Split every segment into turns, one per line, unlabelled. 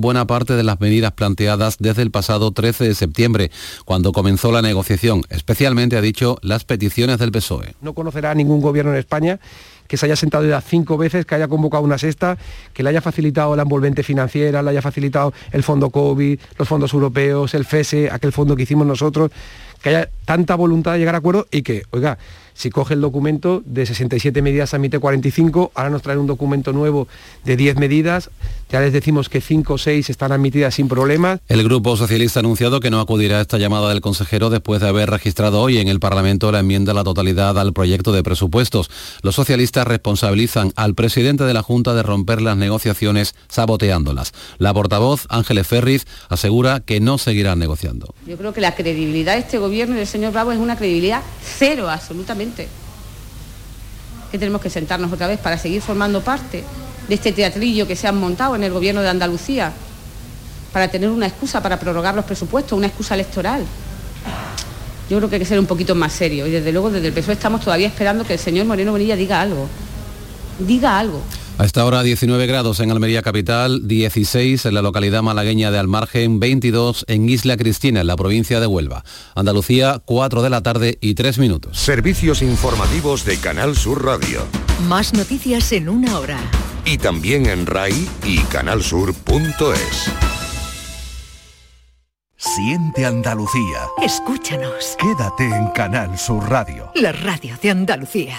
buena parte de las medidas planteadas desde el pasado 13 de septiembre, cuando comenzó la negociación, especialmente, ha dicho, las peticiones del PSOE.
No conocerá ningún gobierno en España que se haya sentado ya cinco veces, que haya convocado una sexta, que le haya facilitado la envolvente financiera, le haya facilitado el fondo COVID, los fondos europeos, el FESE, aquel fondo que hicimos nosotros, que haya tanta voluntad de llegar a acuerdo y que, oiga, si coge el documento de 67 medidas, admite 45, ahora nos traen un documento nuevo de 10 medidas, ya les decimos que 5 o 6 están admitidas sin problemas.
El Grupo Socialista ha anunciado que no acudirá a esta llamada del consejero después de haber registrado hoy en el Parlamento la enmienda a la totalidad al proyecto de presupuestos. Los socialistas responsabilizan al presidente de la Junta de romper las negociaciones saboteándolas. La portavoz, Ángeles Ferriz, asegura que no seguirán negociando.
Yo creo que la credibilidad de este gobierno y del señor Bravo es una credibilidad cero, absolutamente. Que tenemos que sentarnos otra vez para seguir formando parte de este teatrillo que se han montado en el gobierno de Andalucía para tener una excusa para prorrogar los presupuestos, una excusa electoral. Yo creo que hay que ser un poquito más serio y desde luego desde el PSOE E estamos todavía esperando que el señor Moreno Bonilla diga algo. Diga algo.
A esta hora 19 grados en Almería Capital, 16 en la localidad malagueña de Almargen, 22 en Isla Cristina, en la provincia de Huelva. Andalucía, 4 de la tarde y 3 minutos.
Servicios informativos de Canal Sur Radio.
Más noticias en una hora.
Y también en RAI y canalsur.es.
Siente Andalucía.
Escúchanos.
Quédate en Canal Sur Radio.
La radio de Andalucía.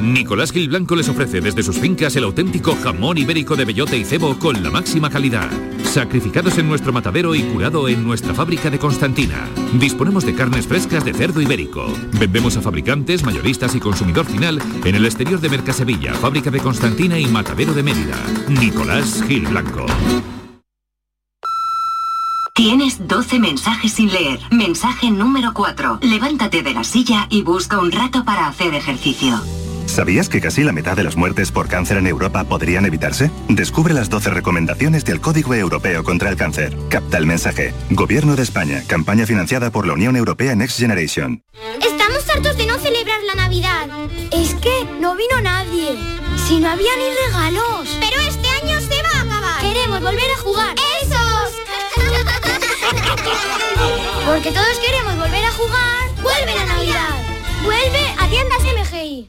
Nicolás Gil Blanco les ofrece desde sus fincas el auténtico jamón ibérico de bellota y cebo con la máxima calidad. Sacrificados en nuestro matadero y curado en nuestra fábrica de Constantina. Disponemos de carnes frescas de cerdo ibérico. Vendemos a fabricantes, mayoristas y consumidor final en el exterior de Mercasevilla, fábrica de Constantina y matadero de Mérida. Nicolás Gil Blanco.
Tienes 12 mensajes sin leer. Mensaje número 4. Levántate de la silla y busca un rato para hacer ejercicio.
¿Sabías que casi la mitad de las muertes por cáncer en Europa podrían evitarse? Descubre las 12 recomendaciones del Código Europeo contra el Cáncer. Capta el mensaje. Gobierno de España. Campaña financiada por la Unión Europea Next Generation.
Estamos hartos de no celebrar la Navidad. Es que no vino nadie. Si no había ni regalos.
Pero este año se va a acabar.
Queremos volver a jugar.
¡Esos!
Porque todos queremos volver a jugar. ¡Vuelve la Navidad! ¡Vuelve a tiendas MGI!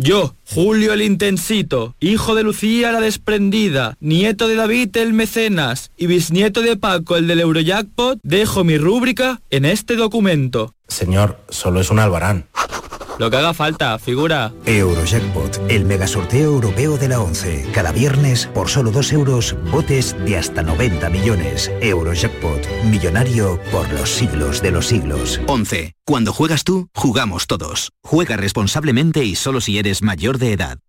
Yo, Julio el Intensito, hijo de Lucía la Desprendida, nieto de David el Mecenas y bisnieto de Paco el del Eurojackpot, dejo mi rúbrica en este documento.
Señor, solo es un albarán.
Lo que haga falta, figura.
Eurojackpot, el megasorteo europeo de la 11. Cada viernes, por solo 2 euros, botes de hasta 90 millones. Eurojackpot, millonario por los siglos de los siglos.
11. Cuando juegas tú, jugamos todos. Juega responsablemente y solo si eres mayor de edad.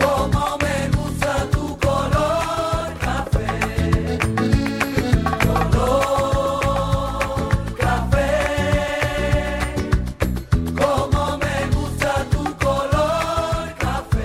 Como me gusta tu color café, color café. Como me gusta tu color café.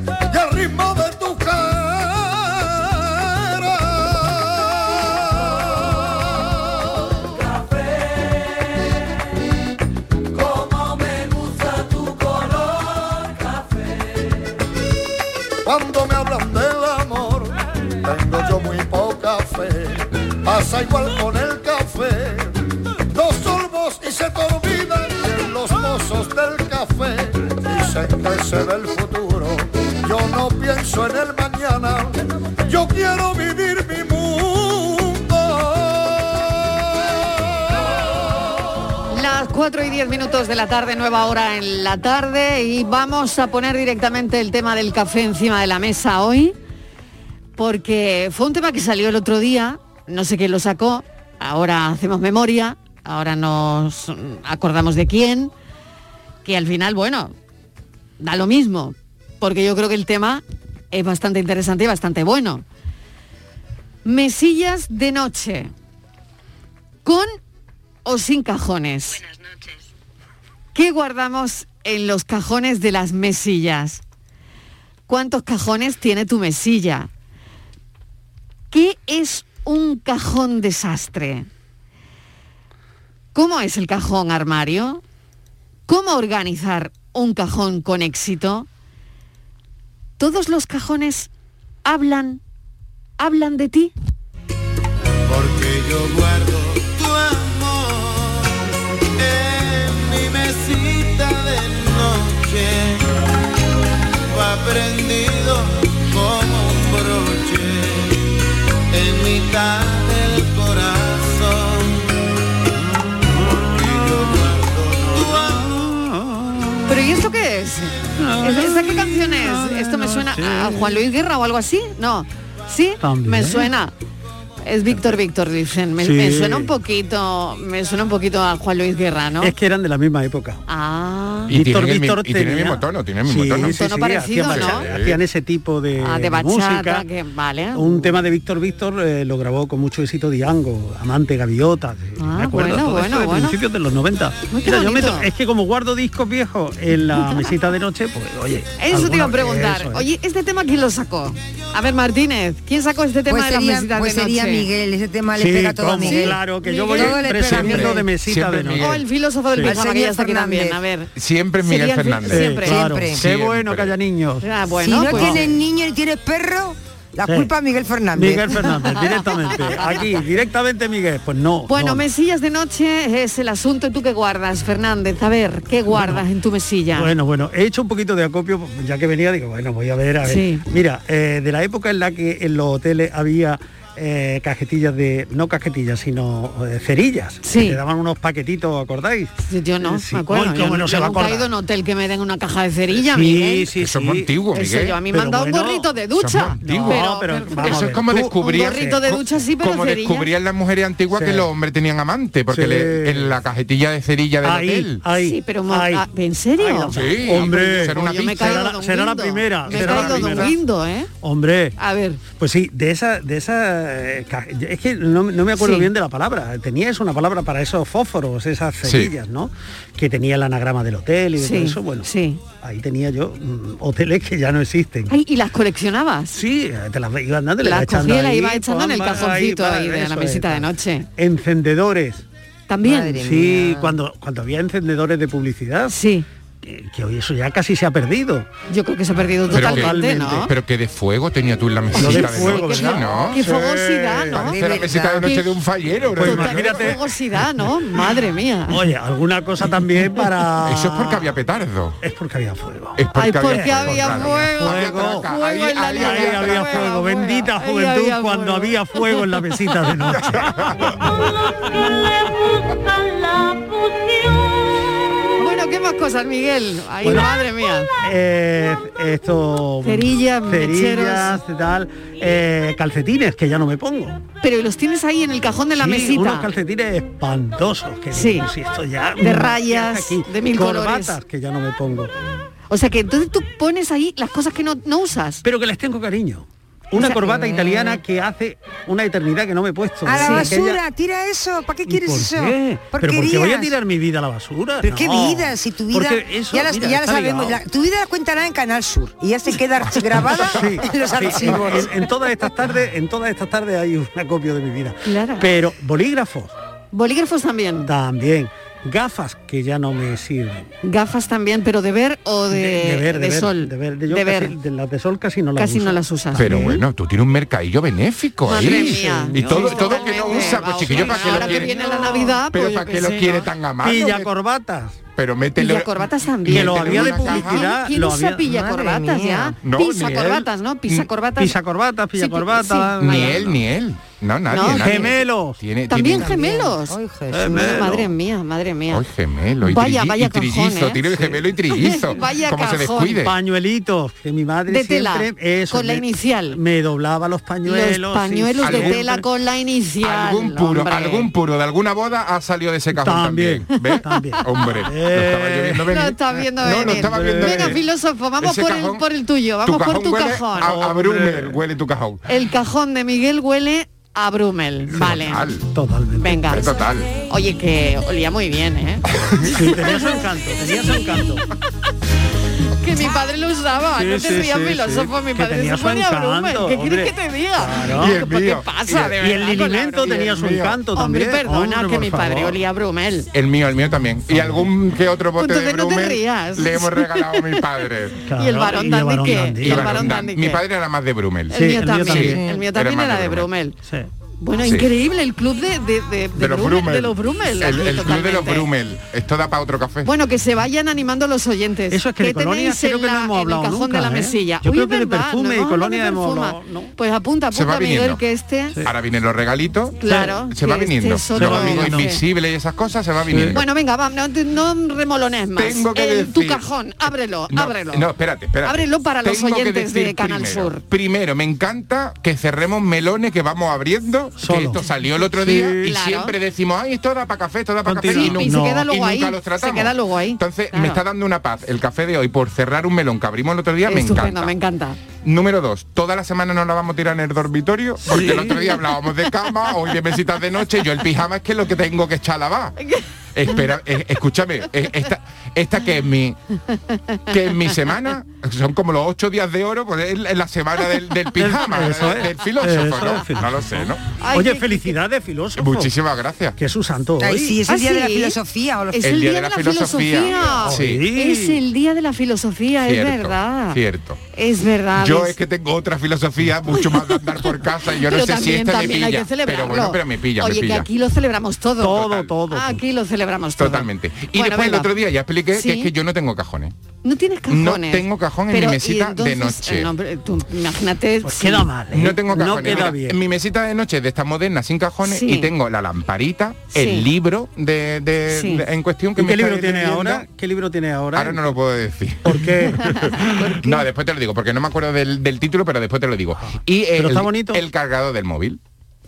y el ritmo de tu
Como me gusta tu color
Cuando me hablan del amor, tengo yo muy poca fe. Pasa igual con el café. Dos sorbos y se te olvidan de los mozos del café. Dicen que se ve el futuro. Yo no pienso en el mañana. Yo quiero vivir mi mundo.
Las 4 y 10 minutos de la tarde, nueva hora en la tarde y vamos a poner directamente el tema del café encima de la mesa hoy, porque fue un tema que salió el otro día, no sé quién lo sacó, ahora hacemos memoria, ahora nos mm, acordamos de quién, que al final, bueno, da lo mismo, porque yo creo que el tema es bastante interesante y bastante bueno. Mesillas de noche, con o sin cajones. ¿Qué guardamos en los cajones de las mesillas? ¿Cuántos cajones tiene tu mesilla? ¿Qué es un cajón desastre? ¿Cómo es el cajón armario? ¿Cómo organizar un cajón con éxito? ¿Todos los cajones hablan? ¿Hablan de ti?
Porque yo guardo tu amor en mi mesita de noche. Fue aprendido como un broche en mitad del corazón. Porque yo guardo tu amor.
¿Pero y esto qué es?
Ah.
¿Es- ¿Esta qué canción es? Esto me suena a Juan Luis Guerra o algo así, ¿no? ¿Sí?
También.
Me suena. Es Víctor Víctor, dicen. Me,
Sí.
me suena un poquito, me suena un poquito a Juan Luis Guerra, ¿no?
Es que eran de la misma época.
Ah,
Y Víctor
tienen el mi-
Víctor
y tienen el
tenía-
mismo tono, tienen el mismo
Sí,
tono.
sí, ¿eh?
Tono
sí,
parecido,
hacían,
¿no?
sí, hacían ese tipo de,
ah, de
de música.
bachata, que, vale.
Un tema de Víctor Víctor eh, lo grabó con mucho éxito Diango, Amante Gaviota. de- me acuerdo
Ah, bueno,
todo
bueno,
esto de
bueno.
principios de los 90.
Uy, qué
Mira, yo
bonito.
meto- es que como guardo discos viejos en la mesita de noche, pues oye.
Eso te iba a
alguna-
preguntar.
eso es.
Oye, ¿este tema quién lo sacó? A ver, Martínez, ¿quién sacó este tema
Pues
de las
sería-
mesitas
pues
de noche?
sería Miguel, ese tema le Sí, pega todo a cómo, Miguel. claro, que yo voy Todo le pega a presumiendo Miguel. de mesita
Siempre
de noche.
O el filósofo del
Sí.
pijama, que ya
Arsenio
está aquí
Fernández.
también, a ver.
Siempre es Miguel
Sería el fin-
Fernández.
siempre. Sí, claro. Qué
Siempre.
bueno que haya niños.
Ah,
si
bueno,
no
pues-
tienes niño y tienes perro, la
Sí.
culpa es Miguel Fernández.
Miguel Fernández, directamente. Aquí, directamente Miguel. Pues no.
Bueno,
no.
mesillas de noche es el asunto. ¿Tú qué guardas, Fernández? A ver, ¿qué guardas en tu mesilla?
Bueno, bueno, he hecho un poquito de acopio, ya que venía, digo, bueno, voy a ver, a ver.
Sí.
Mira, eh, de la época en la que en los hoteles había eh, cajetillas de, no cajetillas, sino eh, cerillas.
Sí.
Que Te daban unos paquetitos, ¿acordáis? Eh,
Yo no,
Sí.
me acuerdo.
Ay, cómo
yo
no se
yo
va a
nunca he
acordar.
ido a un hotel que me den una caja de cerilla,
Sí,
Miguel.
sí, Eso es sí. muy antiguo,
Eso
Miguel.
yo, a mí me
Pero
han dado un
bueno,
gorrito de
eso es muy
ducha.
antiguo. No, pero vamos
Eso
a
es
ver.
como
Tú,
descubrir
un gorrito de ducha sí, pero
como
cerilla.
descubrían las mujeres antiguas que
Sí.
los hombres tenían amante porque
Sí.
le- en la cajetilla de cerilla del
Ahí,
hotel
ahí.
Sí, pero mo- ah, ¿en serio?
Sí,
Hombre,
será una
Yo me he
pizza. Será
caído de
la-
un
será la
guindo.
primera,
Me he
será la
caído de un
primera.
guindo, ¿eh?
Hombre.
A ver.
Pues sí, de esa, de esa, eh, ca- es que no, no me acuerdo
Sí.
bien de la palabra. Tenías una palabra para esos fósforos, esas
Sí.
cerillas, ¿no? Que tenía el anagrama del hotel y de
Sí,
todo eso. Bueno,
sí.
ahí tenía yo mm, hoteles que ya no existen.
Ay, ¿y las coleccionabas?
Sí, te las iban dando, le
Las
iba echando
cogía y las
ahí,
iba echando en el
pam, pam,
cajoncito
pam,
ahí de
eso
la
es,
mesita de
pam.
noche.
Encendedores.
También. Madre
sí,
mía.
cuando cuando había encendedores de publicidad.
Sí.
Que, que hoy eso ya casi se ha perdido.
Yo creo que se ha perdido
Pero
totalmente,
que,
¿no?
pero que de fuego tenía tú en la mesita de,
fuego,
noche,
¿verdad?
¿no?
Qué fogosidad, ¿no?
Parece la mesita de noche de un fallero.
Pues
¿no?
Qué
imagínate.
fogosidad, ¿no? Madre mía.
Oye, alguna cosa también para
Eso es porque había petardo.
es porque había fuego.
Es
Ay,
porque
porque
había
había
fuego.
fuego.
Fuego.
Fuego en la
Ahí
línea.
había fuego, bendita
Ahí
juventud
había
cuando había fuego en la mesita de noche.
Bueno, ¿qué más cosas, Miguel? Ay,
Bueno.
madre mía.
Eh, esto
Cerillas,
cerillas, tal, eh, calcetines que ya no me pongo.
Pero los tienes ahí en el cajón de la
Sí, unos
mesita.
calcetines espantosos que
Sí.
digo, si esto ya
De rayas,
hasta aquí.
de mil
corbatas
colores.
que ya no me pongo.
O sea que entonces tú pones ahí las cosas que no, no usas.
Pero que les tengo cariño.
O
Una
sea,
corbata
mm.
italiana que hace una eternidad que no me he puesto.
A la
Aquella-
basura, tira eso. ¿Para qué
¿Y
quieres
por
eso?
qué? Pero porque voy a
Porquerías.
tirar mi vida a la basura.
Pero qué
No.
vida, si tu vida
Porque eso,
ya, las-
mira,
ya la
está
sabemos,
ligado.
la- tu vida la cuentará en Canal Sur y ya se queda archi- grabada
Sí,
en los
sí,
archivos.
en- en todas estas tardes, en todas estas tardes hay un acopio de mi vida.
Claro.
Pero bolígrafos
Bolígrafos también.
también, gafas que ya no me sirven.
Gafas también, pero de ver o de,
ver,
de
ver,
sol.
de ver, de yo
De
casi-
ver.
de las de sol casi no las
Casi
uso.
no las usas.
Pero bueno, tú tienes un mercadillo benéfico
Ah, Madre
ahí.
mía.
Y todo,
Sí,
todo que no
totalmente.
usa, pues
Vamos,
chiquillo, ¿para qué
Eh, Ahora
lo
que
quiere?
viene la Navidad,
Pero
pues yo
¿para qué
qué
lo
sé,
quiere
¿no?
tan a mano?
Pilla
Me-
corbatas.
Pero mételo...
Pilla corbatas también.
Que lo había de
Mételo en una
publicidad,
¿Quién
lo
usa
había-
pilla
Madre
corbatas
mía.
ya?
No,
pisa
ni él.
corbatas, ¿no? Pisa corbatas.
Mm, Pisa corbatas, pilla
Sí, pi-
corbatas.
sí.
Ni
Vaya,
él,
no.
ni él. No, nadie.
No.
nadie.
Gemelos.
Tiene-
También
tiene-
gemelos.
Eh,
Gemelo.
Madre mía, madre mía.
Ay, gemelo y,
Vaya,
trilli-
vaya
y trillizo,
cajón, ¿eh?
tiene el gemelo y trillizo.
Vaya
como se
cajón.
descuide.
Pañuelitos, que mi madre
De tela,
siempre- eso,
con la
me-
inicial.
Me doblaba los pañuelos.
Los
sí,
pañuelos de
Algún-
tela con la inicial.
Algún puro,
hombre.
algún puro de alguna boda ha salido de ese cajón también. ¿Ves? Hombre, lo estaba yo viendo venir.
Lo estás viendo
No, lo
venir.
estaba viendo
Venga,
venir.
filósofo, vamos
Ese
por, el,
cajón-
por el tuyo, vamos por tu
huele
cajón.
A, a Brummel, huele tu cajón.
El cajón de Miguel huele a Brumel. Vale.
Total,
Totalmente.
Venga.
es total.
Oye, que olía muy bien, ¿eh?
Sí, tenía su encanto, tenía su encanto.
que mi padre lo usaba.
Sí,
no te
sí,
rías,
sí,
filósofo.
sí.
pues Mi
Que
padre
tenía
se
su
ponía
encanto,
Brumel. ¿Qué
hombre.
quieres que te diga?
Claro.
¿Qué, pasa? de
Y el
verdad, con la
alimento
Brumel?
tenía su
mío.
encanto
Hombre,
también.
perdona,
Hombre,
que
por
mi padre
favor.
olía a Brumel.
El mío, el mío también. Y algún que otro bote
Punto
de
que no te
Brummel
rías.
le hemos regalado a mi padre.
Y el varón dandy que.
Y
Y el
varón
varón
Dan-
dandy
Mi
que.
padre era más de Brummel.
El mío también. El mío también
más
era de Brumel. Bueno,
Sí.
increíble el club de, de, de, de
De los
Brummel,
Brummel.
de los Brummel,
El,
aquí,
el club de los
totalmente.
Brummel. Esto da para otro café.
Bueno, que se vayan animando los oyentes.
Eso es que
¿Qué
de
tenéis
colonias creo
en
que no
la-
hemos
en
hablado
el cajón
nunca,
de la
¿eh?
mesilla.
Yo
Uy,
creo
es
que de
verdad,
perfume
no
y
hemos hablado de
colonia hemos
perfuma.
hablado, ¿no?
Pues apunta,
Se va
apunta, Miguel,
viniendo.
que este...
Ahora vienen los regalitos.
Claro,
Se va
que este
viniendo.
es otro-
Los amigos
Sí.
invisibles y esas cosas se va viniendo.
Bueno, venga, va, no, te- no remolones más.
Tengo que
El- Tu
decir-
cajón, ábrelo,
No,
ábrelo.
No, espérate, espérate.
Ábrelo para los
Tengo que
oyentes
decir
de Canal
primero,
Sur.
Primero, me encanta que cerremos melones que vamos abriendo. Que esto salió el otro día
Sí.
y
Claro.
siempre decimos, ay, esto da para café, esto da para café.
Sí,
nu-
y se queda luego ahí,
nunca los
se
tratamos.
queda luego ahí,
Entonces,
claro.
me está dando una paz el café de hoy por cerrar un melón que abrimos el otro día, me
Estupendo,
encanta.
me encanta.
Número dos, toda la semana nos la vamos a tirar en el dormitorio, porque el otro día hablábamos de cama, hoy de mesitas de noche, yo el pijama es que lo que tengo que echar a lavar. Espera, eh, escúchame, eh, esta, esta que es mi que en mi semana son como los ocho días de oro, pues es la- es la semana del, del pijama,
Eso es.
del filósofo,
Eso
¿no?
es, filósofo.
No lo sé, ¿no?
Ay,
Oye,
qué-
felicidades, filósofo.
Muchísimas gracias.
Que es su santo hoy.
Ay, sí, es el
¿Ah,
día de la
sí?
filosofía. o lo-
Es el, día, de la, filosofía.
Sí.
Es el día de la filosofía, es
Cierto,
verdad.
Ah. Cierto.
Es verdad.
Yo
Ah, ¿ves?
es que tengo otra filosofía mucho más de andar por casa y yo no
Pero
sé si esta me
también hay
pilla.
que celebrarlo.
Pero bueno, pero me pilla,
Oye,
me
que
pilla.
aquí lo celebramos todo.
Todo, todo.
Aquí lo celebramos todo.
Totalmente. Y
Bueno,
después
venga.
el otro día ya expliqué
Sí.
que es que yo no tengo cajones.
No tienes
No
cajones.
tengo cajón en
Pero,
mi
¿y
mesita de
entonces?
noche.
Eh, no, pero tú imagínate.
Pues
si-
¿eh?
No tengo cajones. Mira,
bien.
en Mi mesita de noche es de esta moderna sin cajones
Sí.
y tengo la lamparita,
Sí.
el libro de, de-
Sí.
de- en cuestión que
¿Y
me
qué
está
libro tiene
leyendo.
ahora? ¿Qué libro tiene ahora?
Ahora no lo puedo decir. ¿Por qué? no, después te lo digo, porque no me acuerdo del, del título, pero después te lo digo. Y el,
Ah. Pero está bonito.
el cargador del móvil.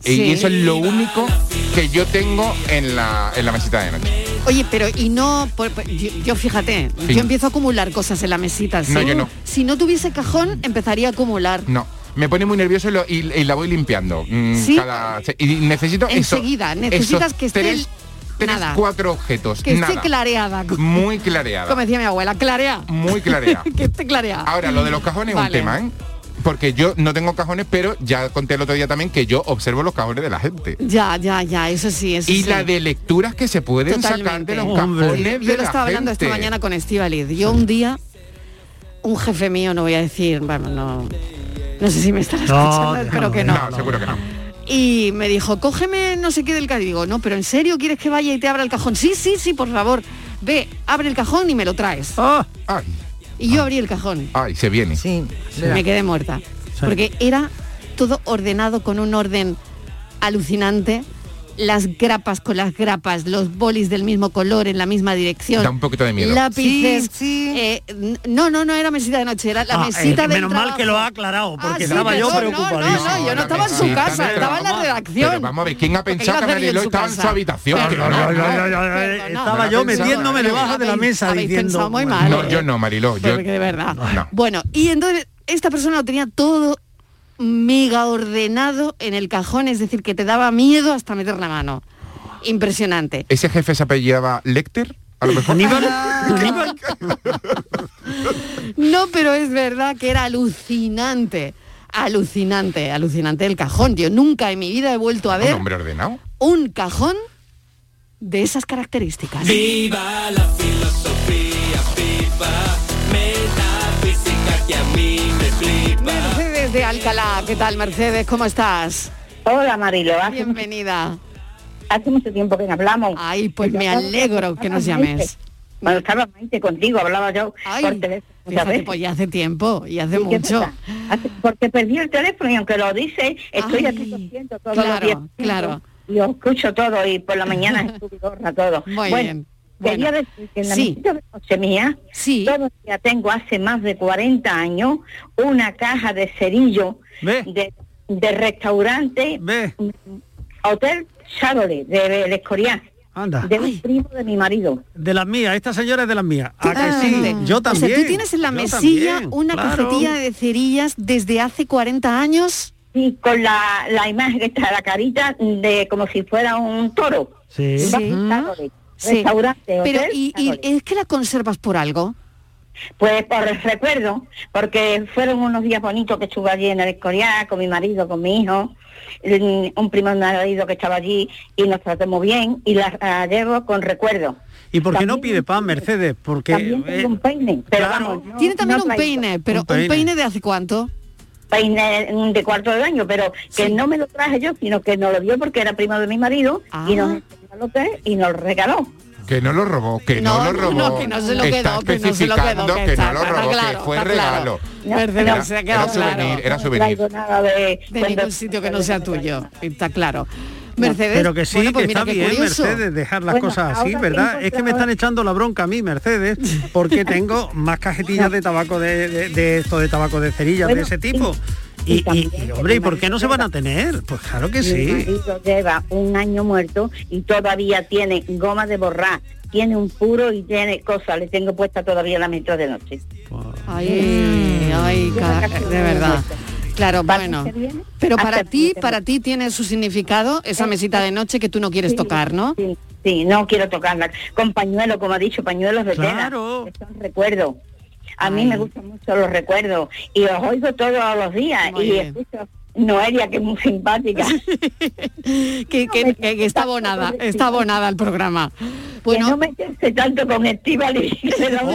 Y-
Sí.
Y eso es lo único que yo tengo en la, en la mesita de noche.
Oye, pero y no, por- por- yo, yo fíjate,
Sí.
yo empiezo a acumular cosas en la mesita. ¿sí?
No, yo no.
Si no tuviese cajón, empezaría a acumular.
No. Me pone muy nervioso y, lo- y- y la voy limpiando. mm,
Sí.
cada- y necesito eso-
Enseguida, necesitas
esos
que esté
tres- tres,
nada.
cuatro objetos.
que
nada.
esté clareada.
Muy clareada.
Como decía mi abuela, clarea.
Muy clareada.
que esté clareada.
Ahora, lo de los cajones es un
Vale.
tema, ¿eh? Porque yo no tengo cajones, pero ya conté el otro día también que yo observo los cajones de la gente.
Ya, ya, ya, eso sí, eso
Y
sí.
la de lecturas que se pueden sacar de los cajones de
Yo lo
la
estaba hablando esta
gente.
mañana con Estivaliz. Yo un día, un jefe mío, no voy a decir, bueno, no, no sé si me estará escuchando, espero que no.
seguro que no.
Y me dijo, cógeme no sé qué del cajón. Digo, no, pero ¿en serio quieres que vaya y te abra el cajón? Sí, sí, sí, por favor. Ve, abre el cajón y me lo traes. Y yo abrí el cajón.
Ay, se viene.
Me quedé muerta. Porque era todo ordenado con un orden alucinante. Las grapas con las grapas, los bolis del mismo color en la misma dirección.
Da un poquito de miedo.
Lápices. eh, n- no, no, no era mesita de noche, era la
Ah,
mesita
eh,
de Ah,
menos mal que lo ha aclarado, porque estaba yo preocupadísimo.
No, no, yo no estaba en su
mesita
casa,
de
estaba en la
trabajo. Pero
redacción.
vamos a ver, ¿quién ha
Porque
pensado que
iba a hacer yo en
Mariló
su
estaba en
casa.
su habitación? Que
No, no, no, no, no, Estaba yo metiéndome debajo de la mesa
habéis
diciendo...
pensado muy
bueno,
mal,
No,
¿eh?
yo no, Mariló. Yo,
Porque de verdad. Bueno, y entonces esta persona lo tenía todo mega ordenado en el cajón, es decir, que te daba miedo hasta meter la mano. Impresionante.
¿Ese jefe se apellidaba Lecter? A lo mejor.
No, pero es verdad que era alucinante, alucinante, alucinante el cajón. Yo nunca en mi vida he vuelto a
Un
ver
hombre ordenado.
un cajón de esas características.
Viva la filosofía, viva metafísica que a mí me flipa.
Mercedes de Alcalá, ¿qué tal Mercedes? ¿Cómo estás?
Hola Marilo, hace
bienvenida.
Hace mucho tiempo que no hablamos.
Ay, pues me alegro que nos llames.
Bueno, estaba Maite contigo, hablaba yo por teléfono.
Fíjate,
¿sabes?
pues ya hace tiempo, y hace
Sí, ¿qué
mucho.
pasa? Hace- Porque perdí el teléfono y aunque lo dice, estoy
Ay,
aquí contiendo todos los
claro,
días.
claro.
Y os escucho todo y por la mañana estuve gorra todo.
Muy bien.
Quería
Bueno,
decir que en la
sí.
mesita de noche mía, todavía tengo hace más de 40 años una caja de cerillo de, de restaurante Hotel Charolais de, El Escorial.
Anda.
De un primo de mi marido.
De las mías, esta señora es de las mías. ¿A Ah, que sí?
Totalmente.
Yo también.
O sea, tú tienes en la
yo
mesilla
también,
una
claro.
cajetilla de cerillas desde hace 40 años.
Y con la, la imagen que está la carita de como si fuera un toro.
Sí.
Charolais,
Sí.
Restaurante,
Pero
hotel,
y, y es que la conservas por algo.
Pues por el recuerdo, porque fueron unos días bonitos que estuve allí en el Escorial con mi marido, con mi hijo, mm, un primo de mi marido que estaba allí y nos tratamos bien y la, la llevo con recuerdo.
¿Y por qué no pide pan, Mercedes? Porque...
También
eh,
tengo un peine, pero
claro.
vamos, no-
Tiene también
no
un
traigo.
peine, pero un peine.
peine.
de hace cuánto.
Peine mm, de cuarto de baño, pero que no me lo traje yo, sino que nos lo dio porque era primo de mi marido y
Ah.
nos enseñó al hotel y nos lo regaló.
Que no lo robó, que no, lo
No, no,
robó.
no, que no se lo
Está
quedó, que no se lo
especificando
quedó,
que
que
no
está-
lo
está
robó, que
claro,
fue
está
regalo.
claro. Mercedes,
Era-
se ha quedado
era souvenir,
claro.
era souvenir.
traigo nada de,
De
cuando-
ningún sitio que no sea tuyo. Está claro. Mercedes.
Pero que sí,
bueno, pues
que
mira,
está
qué
bien,
curioso.
Mercedes, dejar las
Bueno,
cosas así,
ahora
¿verdad?
que he
Es que me están
encontrado-
echando la bronca a mí, Mercedes, porque tengo más cajetillas de tabaco de, de, de esto, de tabaco de cerillas,
Bueno,
de ese
y-
tipo.
y
Y, y-
también
y,
que
hombre, ¿y
mi
por qué no se van a tener? Pues claro que
Mi
sí.
marido lleva un año muerto y todavía tiene goma de borrar, tiene un puro y tiene cosas. Le tengo puesta todavía la metro de noche.
Ay, ay, ca- Ah, de verdad. Claro, bueno. Pero para ti, para ti tiene su significado esa mesita de noche que tú no quieres tocar, ¿no?
Sí, sí, no quiero tocarla. Con pañuelo, como ha dicho, pañuelos de
Claro.
tela. que Son recuerdos. A mí me gustan mucho los recuerdos y los oigo todos los días
Muy
y
bien.
escucho Noelia que es muy simpática.
que, que- que- que está abonada, está abonada al programa. Bueno. Oh,
Que no meterse tanto con Estivali.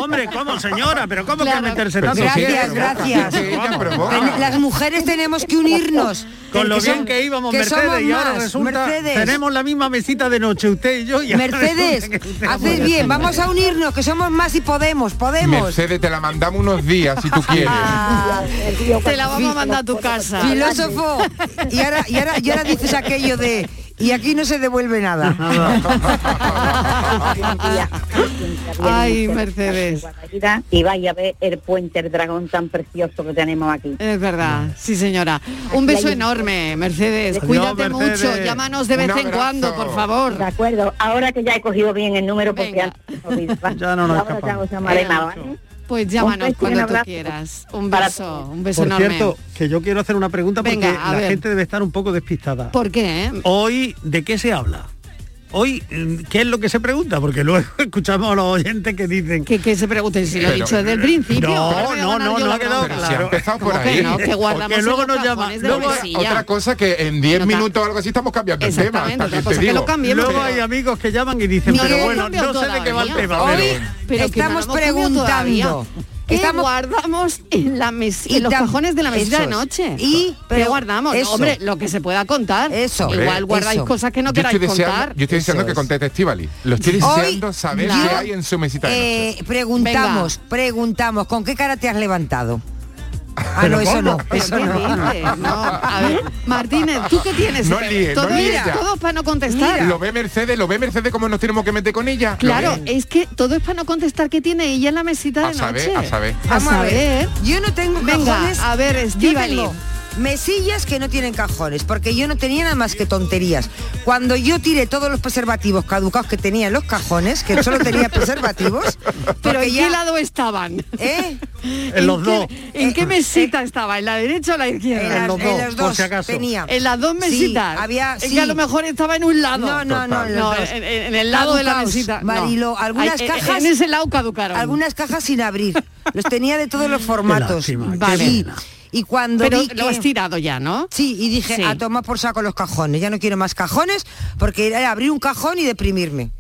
Hombre, ¿cómo, señora? ¿Pero cómo
Claro.
que meterse tanto?
Gracias, gracias. Ten- Las mujeres tenemos que unirnos.
Con lo bien
son-
que íbamos,
que somos
Mercedes, y ahora
más.
resulta
Mercedes.
tenemos la misma mesita de noche, usted y yo. Y ahora
Mercedes,
resulta que usted-
haces bien, vamos a unirnos, que somos más y podemos, podemos. Ah.
Mercedes, te la mandamos unos días si tú quieres.
Te la vamos a mandar a tu casa.
Filósofo. Y ahora, y ahora, y ahora dices aquello de y aquí no se devuelve nada.
Ay, Mercedes.
Y vaya a ver el puente el dragón tan precioso que tenemos aquí.
Es verdad, sí señora. Un beso enorme, Mercedes. Cuídate mucho, llámanos de vez en cuando, por favor.
De acuerdo, ahora que ya he cogido bien el número porque antes ya no
nos
ahora ya os llamaré
Venga.
más, ¿vale?
Pues
Un beso
llámanos
y un
cuando tú
abrazo.
quieras. Un
Para
beso,
todos.
un beso
Por
enorme.
cierto, que yo quiero hacer una pregunta porque
Venga, a
la
ver.
gente debe estar un poco despistada.
¿Por qué? eh?
Hoy, ¿de qué se habla? Hoy, mm, ¿qué es lo que se pregunta? Porque luego escuchamos a los oyentes que dicen...
Que, que se pregunten si lo he
Pero- eh,
dicho desde el principio.
No,
Ahora me voy a
no,
ganar
no,
yo
no
la
ha quedado
bronca.
claro.
Si ha empezado por
¿Cómo que
ahí.
no? Que guardamos
Porque luego
en los
nos llama.
cajones de la
Luego,
mesilla.
otra cosa que en 10
Nota.
minutos o algo así estamos cambiando el tema.
Exactamente,
también
otra cosa
te
que
digo.
lo cambiemos,
Luego hay amigos que llaman y dicen,
Miguel,
pero bueno,
cambio
no sé de qué va el
todavía.
tema.
Hoy-
pero-
Pero que
Estamos
no lo hemos comido
preguntando.
todavía. ¿Qué
Estamos-
guardamos en, la mes-
Y
en los
tam-
cajones de la mesita de
Eso es.
noche?
Y-
¿Qué
pero-
guardamos? No,
eso.
hombre, lo que se pueda contar. Eso.
Hombre,
Igual guardáis
eso.
cosas que no
Yo
queráis
estoy deseando-
contar.
Yo estoy deseando que conteste Estivali. Lo estoy deseando
Hoy
saber
yo-
qué hay en su mesita de noche.
Eh, preguntamos, preguntamos, ¿con qué cara te has levantado? Ah,
¿Pero
no, eso
cómo?
no.
¿Pero
Eso
qué
no.
dices? No, a ver, Martínez, ¿tú qué tienes?
No líes, no
Todo-
líes
mira,
ya.
todo para no contestar.
Lo ve Mercedes, lo ve Mercedes como nos tenemos que meter con ella. Lo
Claro,
ve.
es que todo es para no contestar qué tiene ella en la mesita
A
de
saber,
noche.
a saber.
Vamos a ver.
Yo no tengo
¿Eh? Venga,
cajones.
a ver,
Yo
Estíbaliz.
tengo mesillas que no tienen cajones, porque yo no tenía nada más que tonterías. Cuando yo tiré todos los preservativos caducados que tenía en los cajones, que solo tenía preservativos,
Pero
porque
¿en qué
ya-
lado estaban?
¿Eh?
¿En
los
qué-
dos.
¿En qué mesita estaba? ¿En la derecha o la
En,
izquierda?
las, en las dos tenía.
En las dos
Sí,
mesitas.
había-
Es
sí.
que a lo mejor estaba en un lado.
No, no, no, en los dos.
en, en- en el lado de la
Caducaos,
mesita. no.
Marilo,
Ay,
algunas
en- en-
cajas.
En ese lado caducaron.
Algunas cajas sin abrir. Los tenía de todos los formatos.
lástima, qué
Vale.
pena.
Y cuando
Pero
vi
lo
que-
has tirado ya, ¿no?
Sí, y dije,
Sí.
a tomar por saco los cajones, ya no quiero más cajones, porque era abrir un cajón y deprimirme.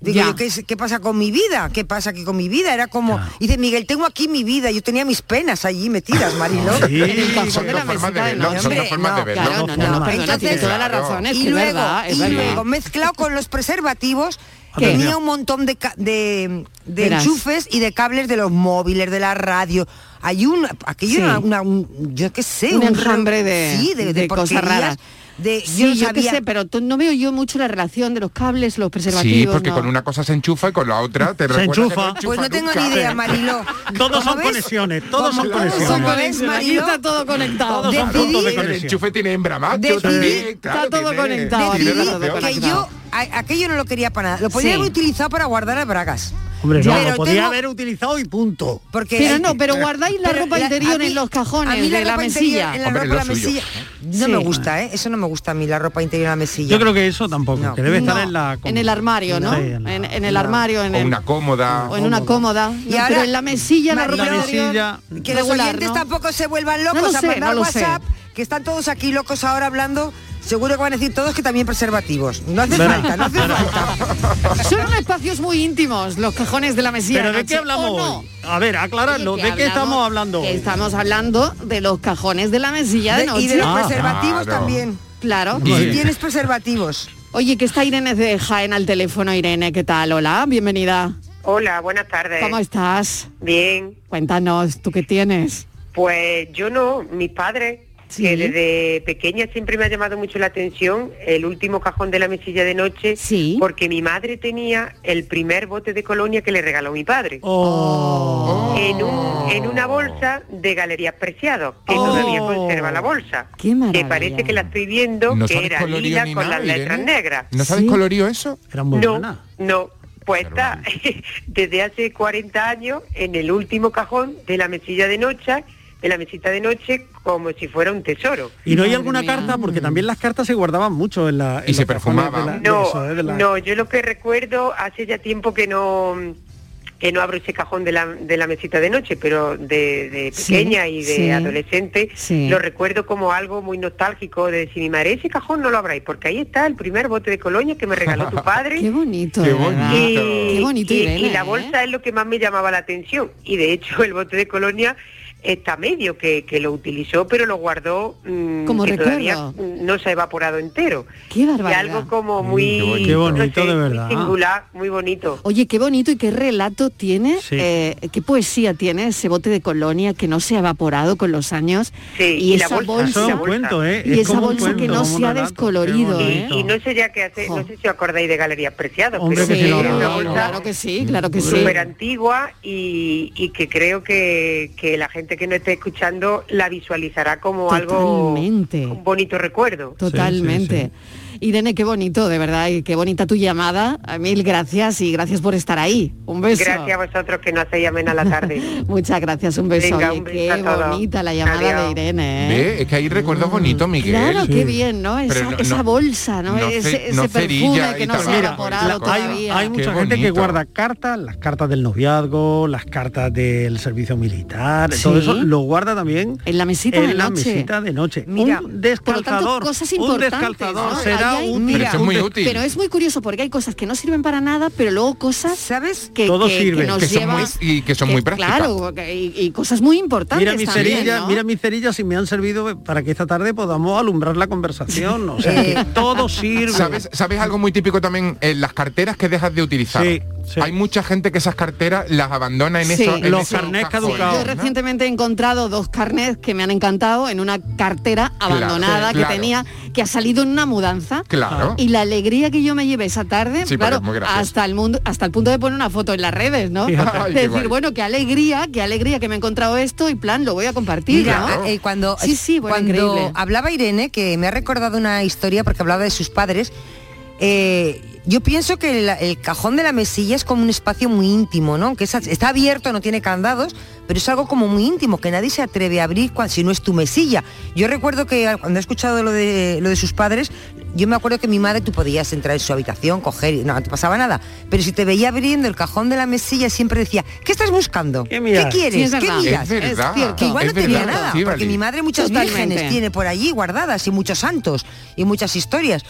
Digo,
Ya.
yo, ¿qué, es- qué pasa con mi vida? ¿Qué pasa aquí con mi vida? Era como, dice Miguel, tengo aquí mi vida, yo tenía mis penas allí metidas, Marilo.
Sí,
En el cajón
son
de
dos
la
formas de
mesita de
verlo,
noche.
son dos
Hombre,
formas de
no,
verlo.
claro, no, no, perdona, tiene toda la
Claro.
razón, es
y
que es
luego,
verdad, es
y
verdad.
luego, mezclado con los preservativos,
¿Qué?
tenía un montón de, ca- de, de
Verás.
enchufes y de cables de los móviles, de la radio. Hay un, aquello
Sí.
era una- un- yo qué sé,
un
re-
enjambre de,
sí, de, de
de cosas
porquerías,
raras.
De,
Sí,
yo
yo,
no
qué
sabía-
sé, pero tú- no veo yo mucho la relación de los cables, los preservativos.
Sí, porque
no.
con una cosa se enchufa y con la otra te
Se
recuerda que
enchufa.
Pues no tengo
nunca.
ni idea, Marilo.
Todos
Como
son
ves,
conexiones, todos son conexiones.
Como ves,
Aquí
Marilo,
está todo conectado.
Todos son puntos de
decidí-
El
conexión.
enchufe tiene hembra macho
Decidí-
también,
Está
claro,
todo
tiene-
conectado,
tiene
decidí
relación.
que
que yo a- aquello no lo quería para nada. Lo podía
Sí.
haber utilizado para guardar las bragas.
Hombre, no,
Pero
lo podía
tengo-
haber utilizado y punto.
Porque
Pero no, pero guardáis la
Pero
ropa
la-
interior
a mí-
en los
a
cajones
mí
de la
ropa interior
mesilla.
en la
Hombre, lo
ropa de la
suyo.
mesilla. No
Sí.
me gusta, ¿eh? Eso no me gusta a mí, la ropa interior en la mesilla.
Yo creo que eso tampoco,
No.
que debe estar
No,
en la...
en el armario, ¿no?
Sí,
en,
en la-
en el armario, en,
O
el-
una cómoda.
o en una cómoda. No,
ahora-
pero en la mesilla, la
Marilo,
ropa interior.
mesilla-
Que los
regular,
oyentes
¿no?
tampoco se vuelvan locos
No lo
a
sé,
mandar
no lo sé.
WhatsApp, que están todos aquí locos ahora hablando. Seguro que van a decir todos que también preservativos. No hace
Verá,
falta, no hace
verá.
falta.
Son espacios muy íntimos, los cajones de la mesilla.
Pero
de
¿de
noche,
qué hablamos
¿o no?
hoy? A ver, aclararlo,
Oye,
que
que
¿de qué estamos hablando
que
hoy?
Estamos hablando de los cajones de la mesilla de,
De-
noche. Ah,
y de los
Ah,
preservativos
claro.
también.
Claro. Pues,
Y
Muy
si
bien.
tienes preservativos.
Oye, que está Irene de Jaén al teléfono. Irene, ¿qué tal? Hola, bienvenida.
Hola, buenas tardes.
¿Cómo estás?
Eh, Bien,
Cuéntanos, ¿tú qué tienes?
pues yo no, mis padres,
Sí.
que desde pequeña siempre me ha llamado mucho la atención el último cajón de la mesilla de noche,
Sí.
porque mi madre tenía el primer bote de colonia que le regaló mi padre.
Oh.
Oh. En, un- en una bolsa de galerías preciados, que
Oh.
todavía conserva la bolsa.
Qué maravilla.
Que parece que la estoy viendo,
No
que
sabes
era
colorío
lila
ni
con
nada,
las letras
Irene.
negras.
¿No sabes
Sí.
colorío eso?
Era muy
no,
buena.
no. Pues está desde hace 40 años en el último cajón de la mesilla de noche, de la mesita de noche, como si fuera un tesoro.
Y no hay
Madre
alguna
mía.
carta, porque también las cartas se guardaban mucho en la... ¿eh?
Y se perfumaban.
perfumaban.
No, no, yo lo que recuerdo hace ya tiempo que no que no abro ese cajón de la, de la mesita de noche, pero de, de
Sí,
pequeña y de
sí,
adolescente,
sí.
lo recuerdo como algo muy nostálgico de decir, mi madre, ese cajón no lo abráis, porque ahí está el primer bote de colonia que me regaló tu padre.
Qué bonito.
Qué
de verdad.
bonito.
Qué bonito,
y,
Irene,
y la
¿eh?
bolsa es lo que más me llamaba la atención. Y de hecho el bote de colonia está medio que, que lo utilizó, pero lo guardó mm,
Como
que
recuerdo.
todavía mm, no se ha evaporado entero.
Qué barbaridad.
Y algo como muy,
Mm, Qué bonito, de
muy
verdad.
singular, muy bonito.
Oye, qué bonito y qué relato tiene,
Sí.
eh, qué poesía tiene ese bote de colonia que no se ha evaporado con los años.
y la bolsa, Eso es un
la
cuento, ¿eh?
y
Es
esa
como un
bolsa que
cuento,
no
como un
se ha
relato,
descolorido. ¿eh?
Y, y no sé ya qué hace, no sé si os acordáis de Galería Preciados,
Hombre,
pero
que sí,
era
claro,
una bolsa
claro que sí, claro que sí.
súper antigua y, y que creo que, que la gente que no esté escuchando la visualizará como algo
Totalmente.
un bonito recuerdo.
Totalmente. Irene, qué bonito, de verdad, y qué bonita tu llamada. Mil gracias y gracias por estar ahí. Un beso.
Gracias a vosotros que nos hacéis amena la tarde.
Muchas gracias, un beso.
Venga,
Oye,
un beso
qué
a todos.
bonita la llamada
Adiós.
de Irene. ¿eh?
Ve, Es que hay recuerdos bonitos, Miguel.
Claro, qué bien, ¿no? Esa,
Pero no-
esa
no-
bolsa, ¿no?
no ce-
ese ese
no cerilla
perfume
y
que no se ha
tabaco.
evaporado
Mira, hay-
todavía.
Hay mucha
Qué
gente que
bonito.
guarda cartas, las cartas del noviazgo, las cartas del servicio militar, todo
Sí.
eso lo guarda también
En la mesita
en
de
la
noche.
mesita de noche.
Mira, Por
un
lo tanto,
descalzador,
cosas
un
importantes,
descalzador
¿no?
será
Ahí hay-
útil.
mira,
un des-
Pero es muy curioso porque hay cosas que no sirven para nada, pero luego cosas, ¿sabes? Que,
Todo
que- que
sirve.
nos
Que son
lleva-
muy- y que son muy prácticas.
Claro, que- y, y cosas muy importantes
Mira mis
también,
cerillas,
¿no?
mira mis cerillas si me han servido para que esta tarde podamos alumbrar la conversación. O sea,
Eh,
que todo sirve.
Eh, ¿Sabes, ¿Sabes algo muy típico también? en las carteras que dejas de utilizar. Hay mucha gente que esas carteras las abandona en
Sí.
esos... en
Los
esos
carnés
cajones.
Yo recientemente he encontrado dos carnets que me han encantado en una cartera
Claro,
abandonada
sí,
que
claro.
tenía, que ha salido en una mudanza.
Claro.
Y la alegría que yo me llevé esa tarde,
Sí, porque
claro,
es muy gracioso.
hasta el mundo, hasta el punto de poner una foto en las redes, ¿no?
Fíjate. Ay, qué
de decir,
guay.
bueno, qué alegría, qué alegría que me he encontrado esto y plan, lo voy a compartir,
Mira,
¿no?
eh, cuando,
sí, sí, bueno,
cuando
increíble.
hablaba Irene, que me ha recordado una historia porque hablaba de sus padres, eh, yo pienso que el, el cajón de la mesilla es como un espacio muy íntimo, ¿no? Que está abierto, no tiene candados, pero es algo como muy íntimo, que nadie se atreve a abrir cuan- si no es tu mesilla. Yo recuerdo que al- cuando he escuchado lo de, lo de sus padres, yo me acuerdo que mi madre, tú podías entrar en su habitación, coger, y no, no te pasaba nada, pero si te veía abriendo el cajón de la mesilla, siempre decía, ¿qué estás buscando? ¿Qué,
miras?"
quieres?
Sí, es
¿Qué
verdad.
miras?
Es verdad.
cierto. Que igual
Es
no tenía
verdad,
nada,
sí,
porque
Vali.
mi madre muchas
Totalmente.
vírgenes tiene por allí guardadas y muchos santos y muchas historias,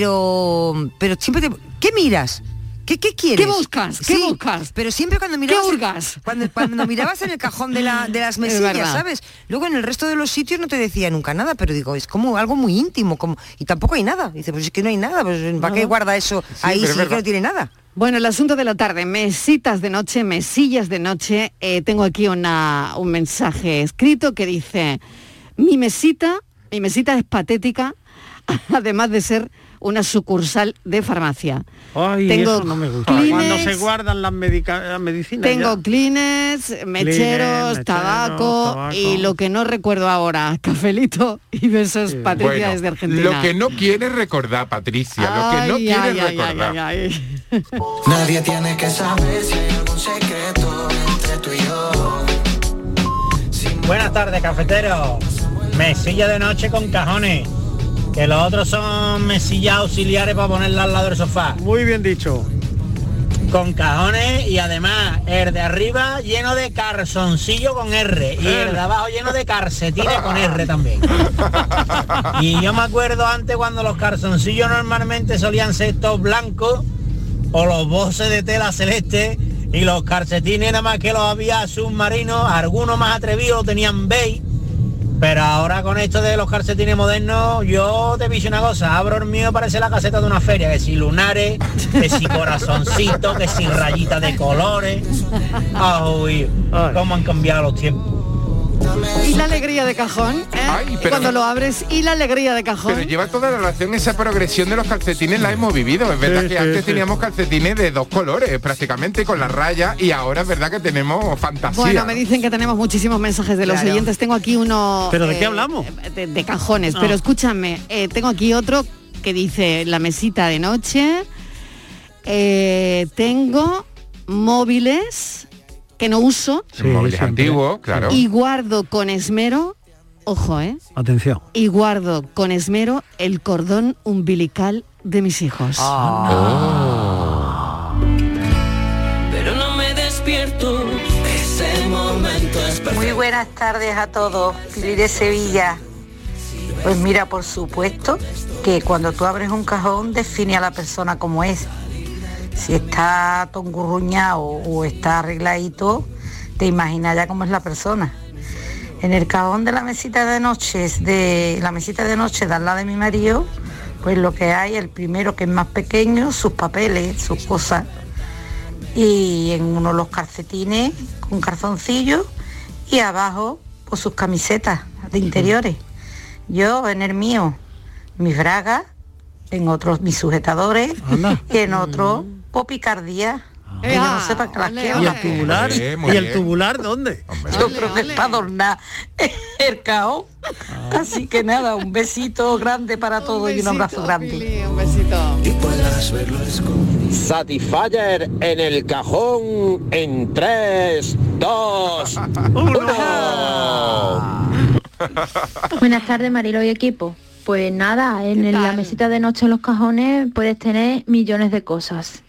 pero pero siempre te, ¿qué miras? ¿Qué, ¿Qué quieres?
¿Qué buscas? ¿Qué buscas?
Pero siempre cuando mirabas,
¿Qué hurgas?
Cuando, cuando mirabas en el cajón de, la, de las
Es
mesillas,
verdad.
¿sabes? Luego en el resto de los sitios no te decía nunca nada, pero digo, es como algo muy íntimo, como y tampoco hay nada. Dice, pues es que no hay nada, pues, ¿para qué
Nada.
guarda eso ahí
pero
si
es
es que
verdad.
no tiene nada?
Bueno, el asunto de la tarde, mesitas de noche, mesillas de noche. Eh, tengo aquí una, un mensaje escrito que dice, mi mesita, mi mesita es patética, además de ser una sucursal de farmacia.
Ay,
tengo
eso no me gusta. Cuando
Kleenex,
se guardan las, medica- las medicinas.
tengo
ya.
clines, mecheros,
mecheros,
tabaco,
tabaco.
y lo que no recuerdo ahora, cafelito y besos, Patricia
Bueno,
desde Argentina.
Lo que no quieres recordar, Patricia, lo que no
Ay,
quieres
ay, ay, ay,
recordar.
ay, ay.
Nadie tiene que saber si hay algún secreto entre tú y yo.
Buenas tardes, cafetero. Mesilla de noche con cajones. Que los otros son mesillas auxiliares para ponerla al lado del sofá.
Muy bien dicho.
Con cajones y además el de arriba lleno de calzoncillo con R y el
Eh.
de abajo lleno de calcetines con R también. Y yo me acuerdo antes cuando los calzoncillos normalmente solían ser estos blancos o los voces de tela celeste y los calcetines nada más que los había submarinos, algunos más atrevidos tenían beige, pero ahora con esto de los calcetines modernos yo te piso una cosa, abro el mío y parece la caseta de una feria, que si lunares, que si corazoncito, que si rayitas de colores. Ah, uy, cómo han cambiado los tiempos.
Y la alegría de cajón, ¿eh? Y
pero-
cuando lo abres, y la alegría de cajón.
Pero lleva toda la relación, esa progresión de los calcetines la hemos vivido. Es verdad
Sí,
que
sí,
antes
sí.
teníamos calcetines de dos colores, prácticamente con las rayas, y ahora es verdad que tenemos fantasía.
Bueno, me dicen que tenemos muchísimos mensajes de los
Claro.
oyentes. Tengo aquí uno...
¿Pero de
eh,
qué hablamos?
De, de cajones,
Ah.
pero escúchame, eh, tengo aquí otro que dice la mesita de noche. Eh, tengo móviles que no uso
móviles antiguos, claro.
y guardo con esmero, ojo, ¿eh?
Atención.
Y guardo con esmero el cordón umbilical de mis hijos.
Ah.
Pero no me despiertes.
buenas tardes a todos, Pili de Sevilla. Pues mira, por supuesto que cuando tú abres un cajón define a la persona como es. Si está tongurruñado o está arregladito, te imaginas ya cómo es la persona. En el cajón de la mesita de noche, de la mesita de noche de al lado de mi marido, pues lo que hay, el primero que es más pequeño, sus papeles, sus cosas. Y en uno los calcetines con calzoncillo y abajo pues sus camisetas de interiores. Yo en el mío, mis bragas, en otros mis sujetadores y en otro popicardía. Que yo no sepa que las quiero.
Mm. Ah. ¿Y el tubular?
bien, muy
¿Y el
bien.
tubular dónde?
Yo creo que es para adornar el caos.
Ah.
Así que nada, un besito grande para todos y un abrazo grande.
un besito.
Satisfyer en el cajón en 3, 2, 1.
Buenas tardes, Marilo y equipo. Pues nada, en el- la mesita de noche en los cajones puedes tener millones de cosas.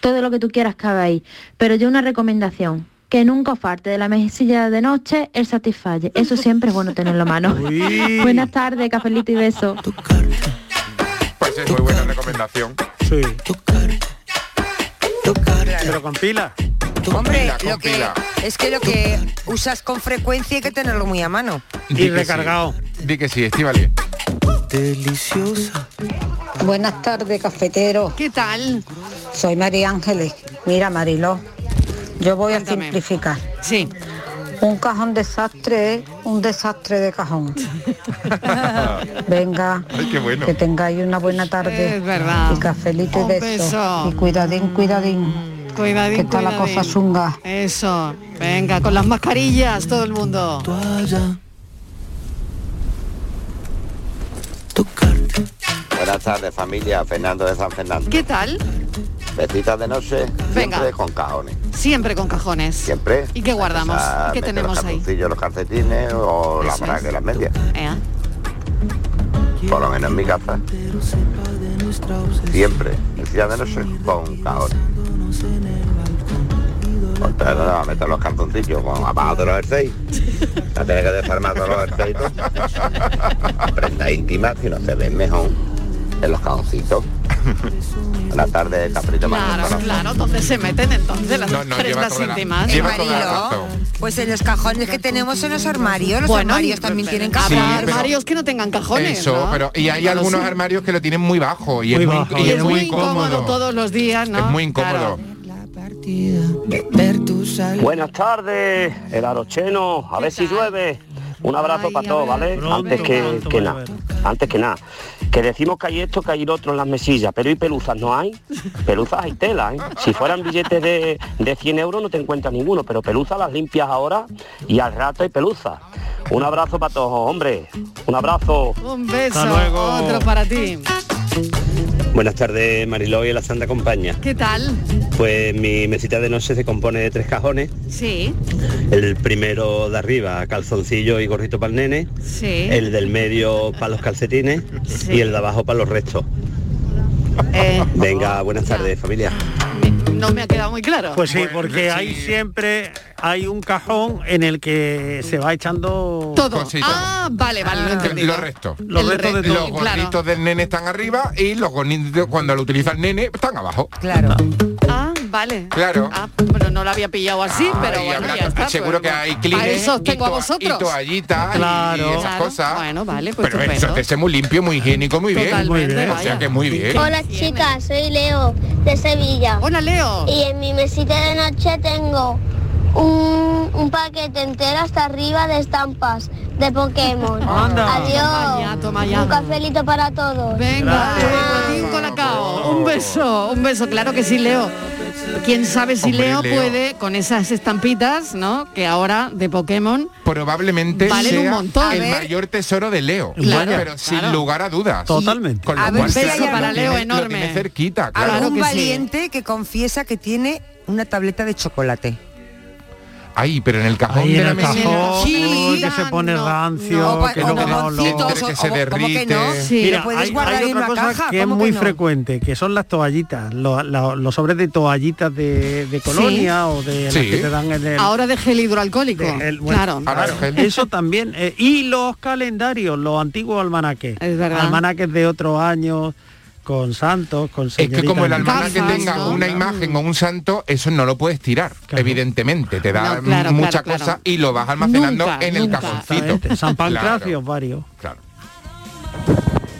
Todo lo que tú quieras cabe ahí. Pero yo una recomendación, que nunca os falte de la mesilla de noche el satisfalle. Eso siempre es bueno tenerlo a mano.
Uy.
Buenas tardes, cafelito y beso.
Pues es muy buena recomendación.
Sí. Pero con pila.
Hombre,
Compila,
lo que
compila.
es que lo que usas con frecuencia hay que tenerlo muy a mano.
Di que sí. Di que sí, Estivali. Deliciosa.
Buenas tardes, cafetero.
¿Qué tal?
Soy María Ángeles. Mira, Mariló, yo voy a simplificar.
Sí.
Un cajón desastre es un desastre de cajón. Venga,
Ay, qué bueno.
que tengáis una buena tarde.
Es verdad.
Y cafelito
Un
y beso.
beso.
Y cuidadín, cuidadín.
Cuidadín,
Que está la
cuidadín.
cosa zunga.
Eso. Venga, con las mascarillas, todo el mundo.
Buenas tardes familia, Fernando de San Fernando.
¿Qué tal?
Vestitas de noche,
Venga.
siempre con cajones.
Siempre con cajones.
Siempre.
¿Y qué guardamos?
Ah,
¿Qué
meter
tenemos
los
ahí?
calzoncillos, los calcetines o las
Eso
bragas
es.
y las medias.
¿Eh?
Por lo menos en mi casa. Siempre. Vestidas de noche con cajones. Pues Contra no, no, meter los calzoncillos con abajo de los jerseys. La tienes que desarmar todos los jerseys. todo. Prenda íntima si no se ve mejor en los cajoncitos. Buenas tardes, caprito
Claro, claro, ¿dónde se meten entonces las
No, no, lleva
prendas
toda la-
íntimas?
lleva toda la
Mariló.
Pues en los cajones que tenemos en los armarios, los
Bueno,
armarios también tienen
Habrá
cajones.
pero-
armarios que no tengan cajones.
Eso,
¿no?
pero y hay
Bueno,
algunos
sí.
armarios que lo tienen muy bajo y,
Muy
es, muy,
bajo,
y
Y
es muy
incómodo.
incómodo.
todos los días, ¿no?
Es
Ah,
muy incómodo.
Buenas tardes, el arocheno, a ver si llueve. Un abrazo para todos, ¿vale? antes que, que nada, antes que nada. Que decimos que hay esto, que hay lo otro en las mesillas, pero ¿y peluzas no hay? Peluzas hay tela, ¿eh? Si fueran billetes de, de 100 euros no te encuentras ninguno, pero peluzas las limpias ahora y al rato hay peluzas. Un abrazo para todos, hombre. Un abrazo.
Un beso,
Hasta luego.
otro para ti.
Buenas tardes, Mariló y la Santa Compañía.
¿Qué tal?
Pues mi mesita de noche se compone de tres cajones.
Sí,
El primero de arriba, calzoncillo y gorrito para el nene.
sí.
El del medio para los calcetines.
Sí.
Y el de abajo para los restos.
Eh,
Venga, buenas tardes, familia.
no me ha quedado muy claro.
Pues sí, porque hay siempre hay un cajón en el que se va echando
Todo. Ah, vale, vale, lo he entendido.
Los restos.
Los
El
restos de
resto,
Los
claro.
gorritos del nene están arriba y los gorritos cuando lo utiliza el nene están abajo.
Claro.
Ah, vale.
Claro.
Ah, bueno, no lo había pillado así,
Ah,
pero bueno,
habrá-
ya está.
seguro que hay Kleenex
Para eso os
y
tengo a
toa- y
vosotros.
toallitas y- y esas
Claro.
cosas.
Bueno, vale, pues
Pero eso
estupendo.
te hace muy limpio, muy higiénico, muy bien.
Totalmente, Muy bien.
O sea que muy bien.
Hola chicas, soy Leo de Sevilla.
Hola Leo.
Y en mi mesita de noche tengo un, un paquete entero hasta arriba de estampas de Pokémon.
Anda.
Adiós.
Toma ya, toma ya.
Un cafelito para todos.
Venga, chocolate con cacao. Un beso, un beso, claro que sí, Leo. Quién sabe si
Hombre,
Leo,
Leo.
puede con esas estampitas, ¿no? Que ahora de Pokémon.
Probablemente
Valen un
sea
montón.
el
A ver.
mayor tesoro de Leo.
Claro,
pero sin
claro.
lugar a dudas.
Totalmente.
Con lo
A
ver
cual
si
se
hay
lo
para Leo
tiene- lo
enorme.
tiene
Ah,
cerquita, claro.
Algún valiente que confiesa que tiene una tableta de chocolate.
Ahí, pero en el cajón
Ahí
de
en
la
el
mesa.
cajón, que se pone rancio, que luego no lo
Entre que se derrite.
Mira, hay, hay otra cosa que es muy frecuente, que son las toallitas, lo- la- los sobres de toallitas de, de colonia o de
Sí.
las que te dan en el...
Ahora de gel hidroalcohólico.
el- bueno,
claro.
Eso también. eh, y los calendarios, los antiguos almanaques. Almanaques de otros años, con santos, con
Es que como el almanaque
que
tenga una imagen o un santo, eso no lo puedes tirar, evidentemente. Te da
No, claro,
mucha
claro,
cosa
claro.
y lo vas almacenando
Nunca,
en
nunca.
el cajoncito.
San Pancracio, varios.
Claro.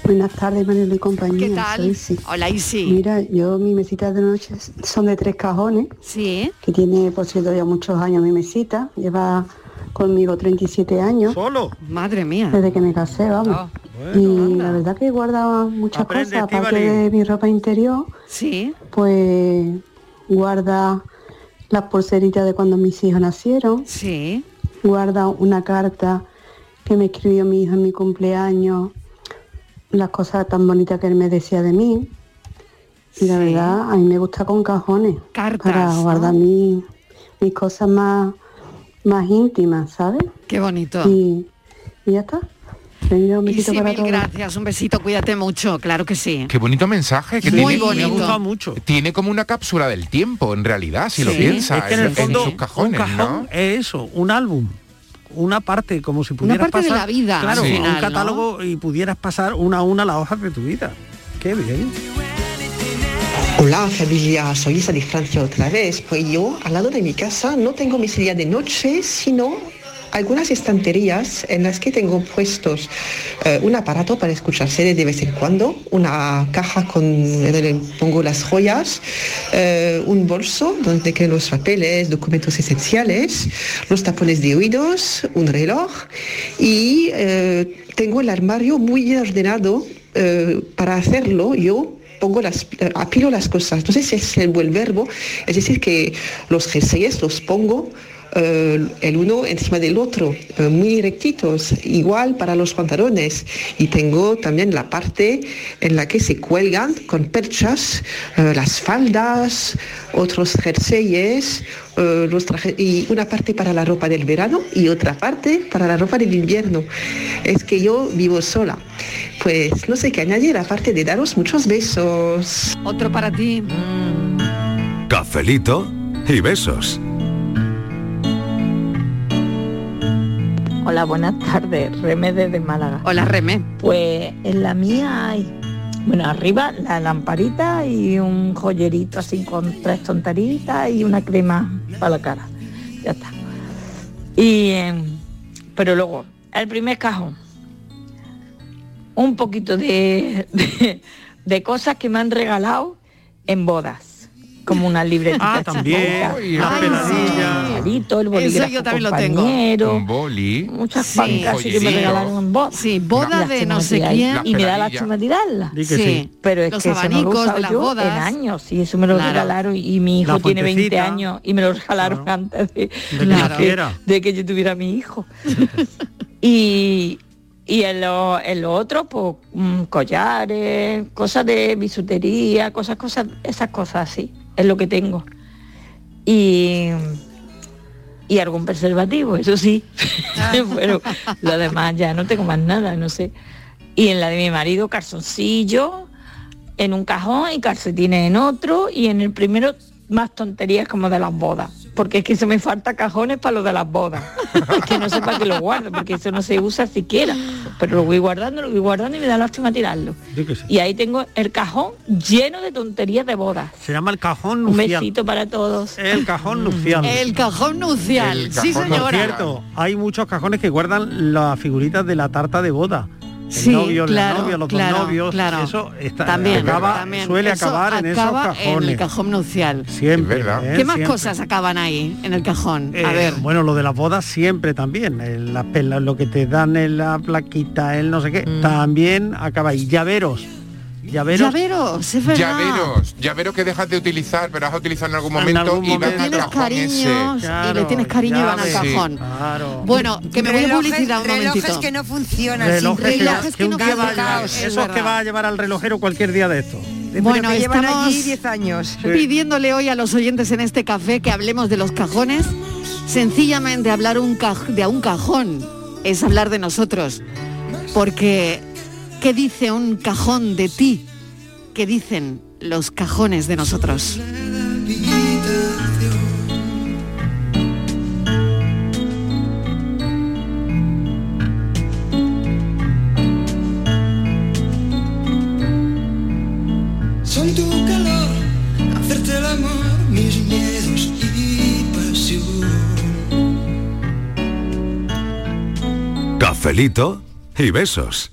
Buenas tardes, Manuel y compañía. ¿Qué tal?
Hola, Isi.
Mira, yo mis mesitas de noche son de tres cajones.
Sí.
Que tiene, por cierto, ya muchos años mi mesita. Lleva conmigo 37 años.
¿Solo?
Madre mía.
Desde que me casé, vamos.
Ah,
y la verdad que guardaba muchas
Aprende,
cosas, aparte
Estíbaliz.
de mi ropa interior.
Sí.
Pues guarda las pulseritas de cuando mis hijos nacieron.
Sí.
Guarda una carta que me escribió mi hija en mi cumpleaños, las cosas tan bonitas que él me decía de mí. Y la verdad, a mí me gusta con cajones. Para
¿no?
guardar mi- mis cosas más, más íntimas, ¿sabes?
Qué bonito.
Y, y ya está. Venga, un
Y
besito
sí,
para
mil
todos.
gracias, un besito, cuídate mucho, claro que sí.
Qué bonito mensaje. Que
Muy
tiene,
bonito. Me gusta
mucho.
Tiene como una cápsula del tiempo, en realidad, si lo
Sí.
piensas.
Es que en el fondo
sus cajones,
un cajón
¿no?
es eso, un álbum. Una parte, como si pudieras
parte de la
pasar,
vida,
Claro,
al Sí.
un
final, ¿no?
catálogo y pudieras pasar una a una las hojas de tu vida. Qué bien.
Hola familia, soy Isa de Francia otra vez. Pues yo al lado de mi casa no tengo mi silla de noche, sino algunas estanterías en las que tengo puestos eh, un aparato para escuchar series de vez en cuando, una caja con en donde pongo las joyas, eh, un bolso donde quedan los papeles, documentos esenciales, los tapones de oídos, un reloj y eh, tengo el armario muy bien ordenado. eh, para hacerlo yo pongo las, eh, apilo las cosas. No sé si es el buen verbo, es decir, que los jerseys los pongo eh, el uno encima del otro, eh, muy rectitos, igual para los pantalones. Y tengo también la parte en la que se cuelgan con perchas eh, las faldas, otros jerseys, eh, los trajes, y una parte para la ropa del verano y otra parte para la ropa del invierno. Es que yo vivo sola. Pues no sé qué añadir, aparte de daros muchos besos.
Otro para ti.
Cafelito y besos.
Hola, buenas tardes. Remé desde Málaga.
Hola, Remé.
Pues en la mía hay, bueno, arriba la lamparita y un joyerito así con tres tontaritas y una crema para la cara. Ya está. Y, em, pero luego, el primer cajón. Un poquito de, de, de cosas que me han regalado en bodas. Como una libretita.
Ah, también.
chiquita,
Ay, las peladillas.
palito, el
Eso
bolígrafo
yo también lo tengo.
compañero,
Un boli.
Muchas
Sí.
bancas sí que me
Joyerito.
regalaron en boda.
Sí, boda de no sé quién.
Y me da
Las
lástima tirarla.
Di que Sí. sí.
Pero es
Los
que eso no lo
abanicos
he
de
usado
las
yo
bodas.
en años. Y eso me lo
Claro.
regalaron y mi hijo La tiene 20 fuentecita. años y me lo regalaron antes de, que de que, naciera. de que yo tuviera a mi hijo. y, y en lo, en lo otro, pues mm, collares, cosas de bisutería, cosas, cosas, esas cosas así. Es lo que tengo. Y y algún preservativo, eso sí. Pero lo demás ya no tengo más nada, no sé. Y en la de mi marido, calzoncillo en un cajón y calcetines en otro y en el primero más tonterías como de las bodas. Porque es que se me falta cajones para lo de las bodas. Es que no sé para qué lo guardo, porque eso no se usa siquiera. Pero lo voy guardando, lo voy guardando y me da lástima tirarlo.
Yo qué sé.
Y ahí tengo el cajón lleno de tonterías de bodas.
Se llama el cajón
Un
nupcial.
besito para todos.
El cajón nupcial.
El cajón nupcial.
El Sí, cajón señora.
Por cierto, hay muchos cajones que guardan las figuritas de la tarta de boda. El novio,
claro,
la novia, los
claro,
dos novios.
claro.
Eso está,
También,
acaba-
también.
suele
Eso
acabar en esos
acaba
cajones.
en el cajón nupcial.
Siempre. ¿eh?
¿Qué más
Siempre.
cosas acaban ahí, en el cajón? A
Eh,
ver.
Bueno, lo de las bodas siempre también. el- las pelas, lo que te dan en la plaquita, el no sé qué,
Mm.
también acaba ahí. Llaveros. Llaveros.
Llaveros, es verdad.
Llaveros, llaveros que dejas de utilizar, pero has utilizado en algún
En
momento
algún
y van
momento.
al
Tienes
cajón
cariños
ese.
y le tienes cariño y van al
llaves.
cajón.
Sí.
Bueno, que me voy a
Relojes-
publicidad un momentito.
Relojes que no funcionan,
Relojes
sin
que,
relojes
que un día va a llevar-
caos.
esos que va a llevar al relojero cualquier día de esto.
Bueno,
que llevan
estamos
allí 10 años.
pidiéndole hoy a los oyentes en este café que hablemos de los cajones Sencillamente hablar un caj- de a un cajón es hablar de nosotros. Porque, ¿qué dice un cajón de ti? ¿Qué dicen los cajones de nosotros?
Soy tu calor, hacerte el amor, mis miedos y pasión.
Cafelito y besos.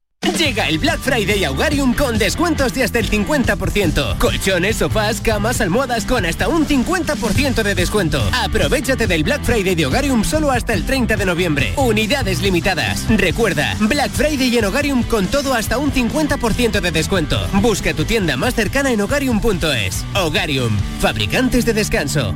Llega el Black Friday a Hogarium con descuentos de hasta el 50%. Colchones, sofás, camas, almohadas con hasta un 50% de descuento. Aprovechate del Black Friday de Hogarium solo hasta el 30 de noviembre. Unidades limitadas. Recuerda, Black Friday en Hogarium con todo hasta un 50% de descuento. Busca tu tienda más cercana en hogarium.es. Hogarium, fabricantes de descanso.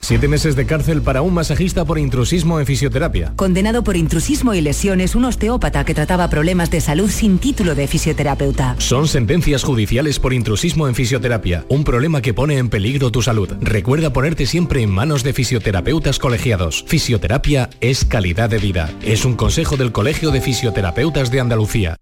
Siete meses de cárcel para un masajista por intrusismo en fisioterapia.
Condenado por intrusismo y lesiones, un osteópata que trataba problemas de salud sin título de fisioterapeuta.
Son sentencias judiciales por intrusismo en fisioterapia, un problema que pone en peligro tu salud. Recuerda ponerte siempre en manos de fisioterapeutas colegiados. Fisioterapia es calidad de vida. Es un consejo del Colegio de Fisioterapeutas de Andalucía.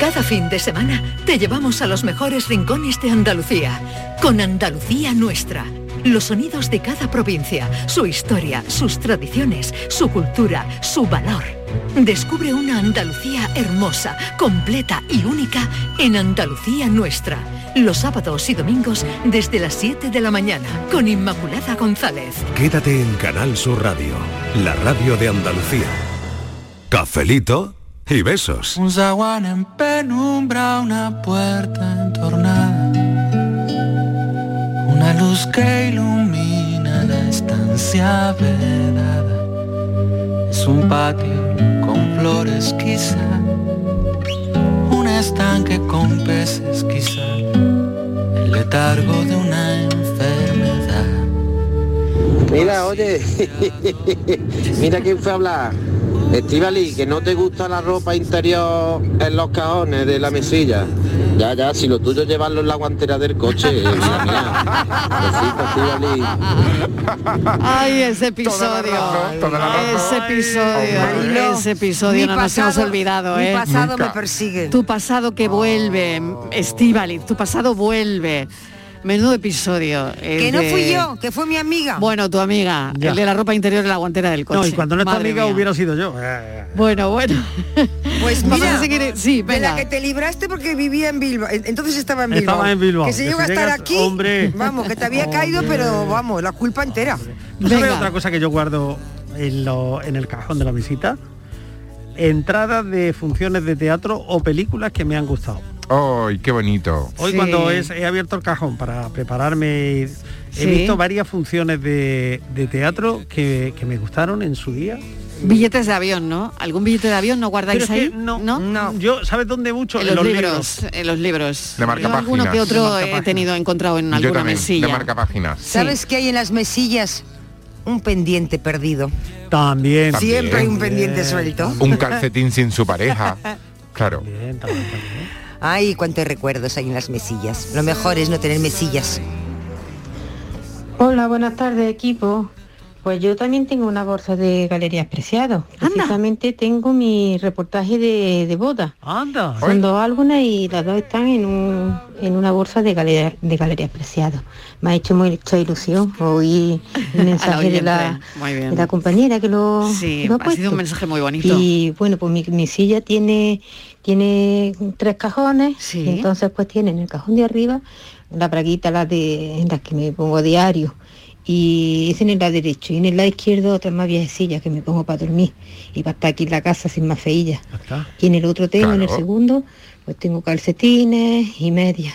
Cada fin de semana te llevamos a los mejores rincones de Andalucía, con Andalucía Nuestra. Los sonidos de cada provincia, su historia, sus tradiciones, su cultura, su valor. Descubre una Andalucía hermosa, completa y única en Andalucía Nuestra. Los sábados y domingos desde las 7 de la mañana con Inmaculada González.
Quédate en Canal Sur Radio, la radio de Andalucía. Cafelito y besos.
Un zaguán en penumbra, una puerta entornada. Una luz que ilumina la estancia vedada. Es un patio con flores quizá. Un estanque con peces quizá. El letargo de una enfermedad.
Mira, oye, mira quién fue a hablar. Estivali, que no te gusta la ropa interior en los cajones de la mesilla. Ya, ya, si lo tuyo es llevarlo en la guantera del coche. eh, mira, mira. Besito, Estíbaliz.
Ay, ese episodio. Ese episodio. ese episodio Mi no nos hemos pasado- olvidado, mi ¿eh? pasado Nunca. me
persigue.
Tu pasado que vuelve, Estivaliz, tu pasado vuelve. Menudo episodio. el
Que no
de-
fui yo, que fue mi amiga.
Bueno, tu amiga,
Ya.
el de la ropa interior en la guantera del coche.
No, y cuando no está
Madre
amiga
mía.
hubiera sido yo. Eh,
Bueno, bueno.
Pues
Vamos
mira,
a seguir- sí,
de la
venga.
que te libraste porque vivía en Bilbao. en- Entonces estaba en Bilbao.
Estaba en Bilbao.
Que se
Que
llega a
si
estar
llegas-
aquí.
hombre.
Vamos, que te había caído, pero vamos, la culpa entera.
¿Tú sabes otra cosa que yo guardo en, lo- en el cajón de la visita? Entradas de funciones de teatro o películas que me han gustado.
¡Ay, qué bonito!
Hoy
Sí.
cuando es- he abierto el cajón para prepararme, he
Sí.
visto varias funciones de, de teatro que, que me gustaron en su día.
Billetes de avión, ¿no? ¿Algún billete de avión no guardáis
Pero es
ahí?
que no, Yo, ¿sabes dónde mucho?
En los, libros, En los libros.
De marca
Yo alguno que
páginas. De
otro eh,
marca
he
páginas.
tenido encontrado en
Yo
alguna
también,
mesilla.
de marca páginas.
¿Sabes qué hay en las mesillas? Un pendiente perdido.
También.
Siempre hay un pendiente suelto.
Un calcetín sin su pareja. Claro.
Ay, cuántos recuerdos hay en las mesillas. Lo mejor es no tener mesillas.
Hola, buenas tardes equipo. Pues yo también tengo una bolsa de Galerías Preciado. Precisamente tengo mi reportaje de, de boda.
Anda.
Son dos álbumes y las dos están en, un- en una bolsa de, galería, de Galerías Preciado. Me ha hecho mucha ilusión oír el mensaje de la,
oyente. Muy bien.
de la compañera que lo,
Sí,
que lo
ha sido un
puesto.
mensaje muy bonito.
Y bueno, pues mi, mi silla tiene, tiene tres cajones, y entonces pues tiene en el cajón de arriba la braguita, la de las que me pongo a diario, y es en el lado derecho, y en el lado izquierdo otra más viejecilla que me pongo para dormir, y para estar aquí en la casa sin más feilla. Y en el otro tengo, en el
Claro.
segundo, pues tengo calcetines y medias.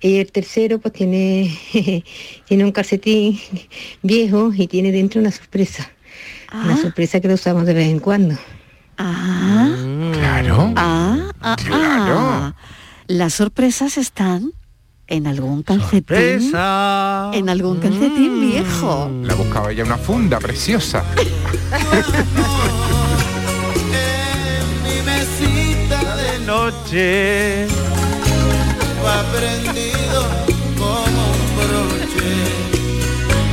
Y el tercero pues tiene, tiene un calcetín viejo y tiene dentro una sorpresa. Una sorpresa que lo usamos de vez en cuando.
Ah,
claro.
Ah, ah, ah. Las sorpresas están en algún calcetín.
Sorpresa.
En
Mm.
algún calcetín viejo.
La buscaba ella una funda preciosa.
mi mesita de
noche
va prendido como un broche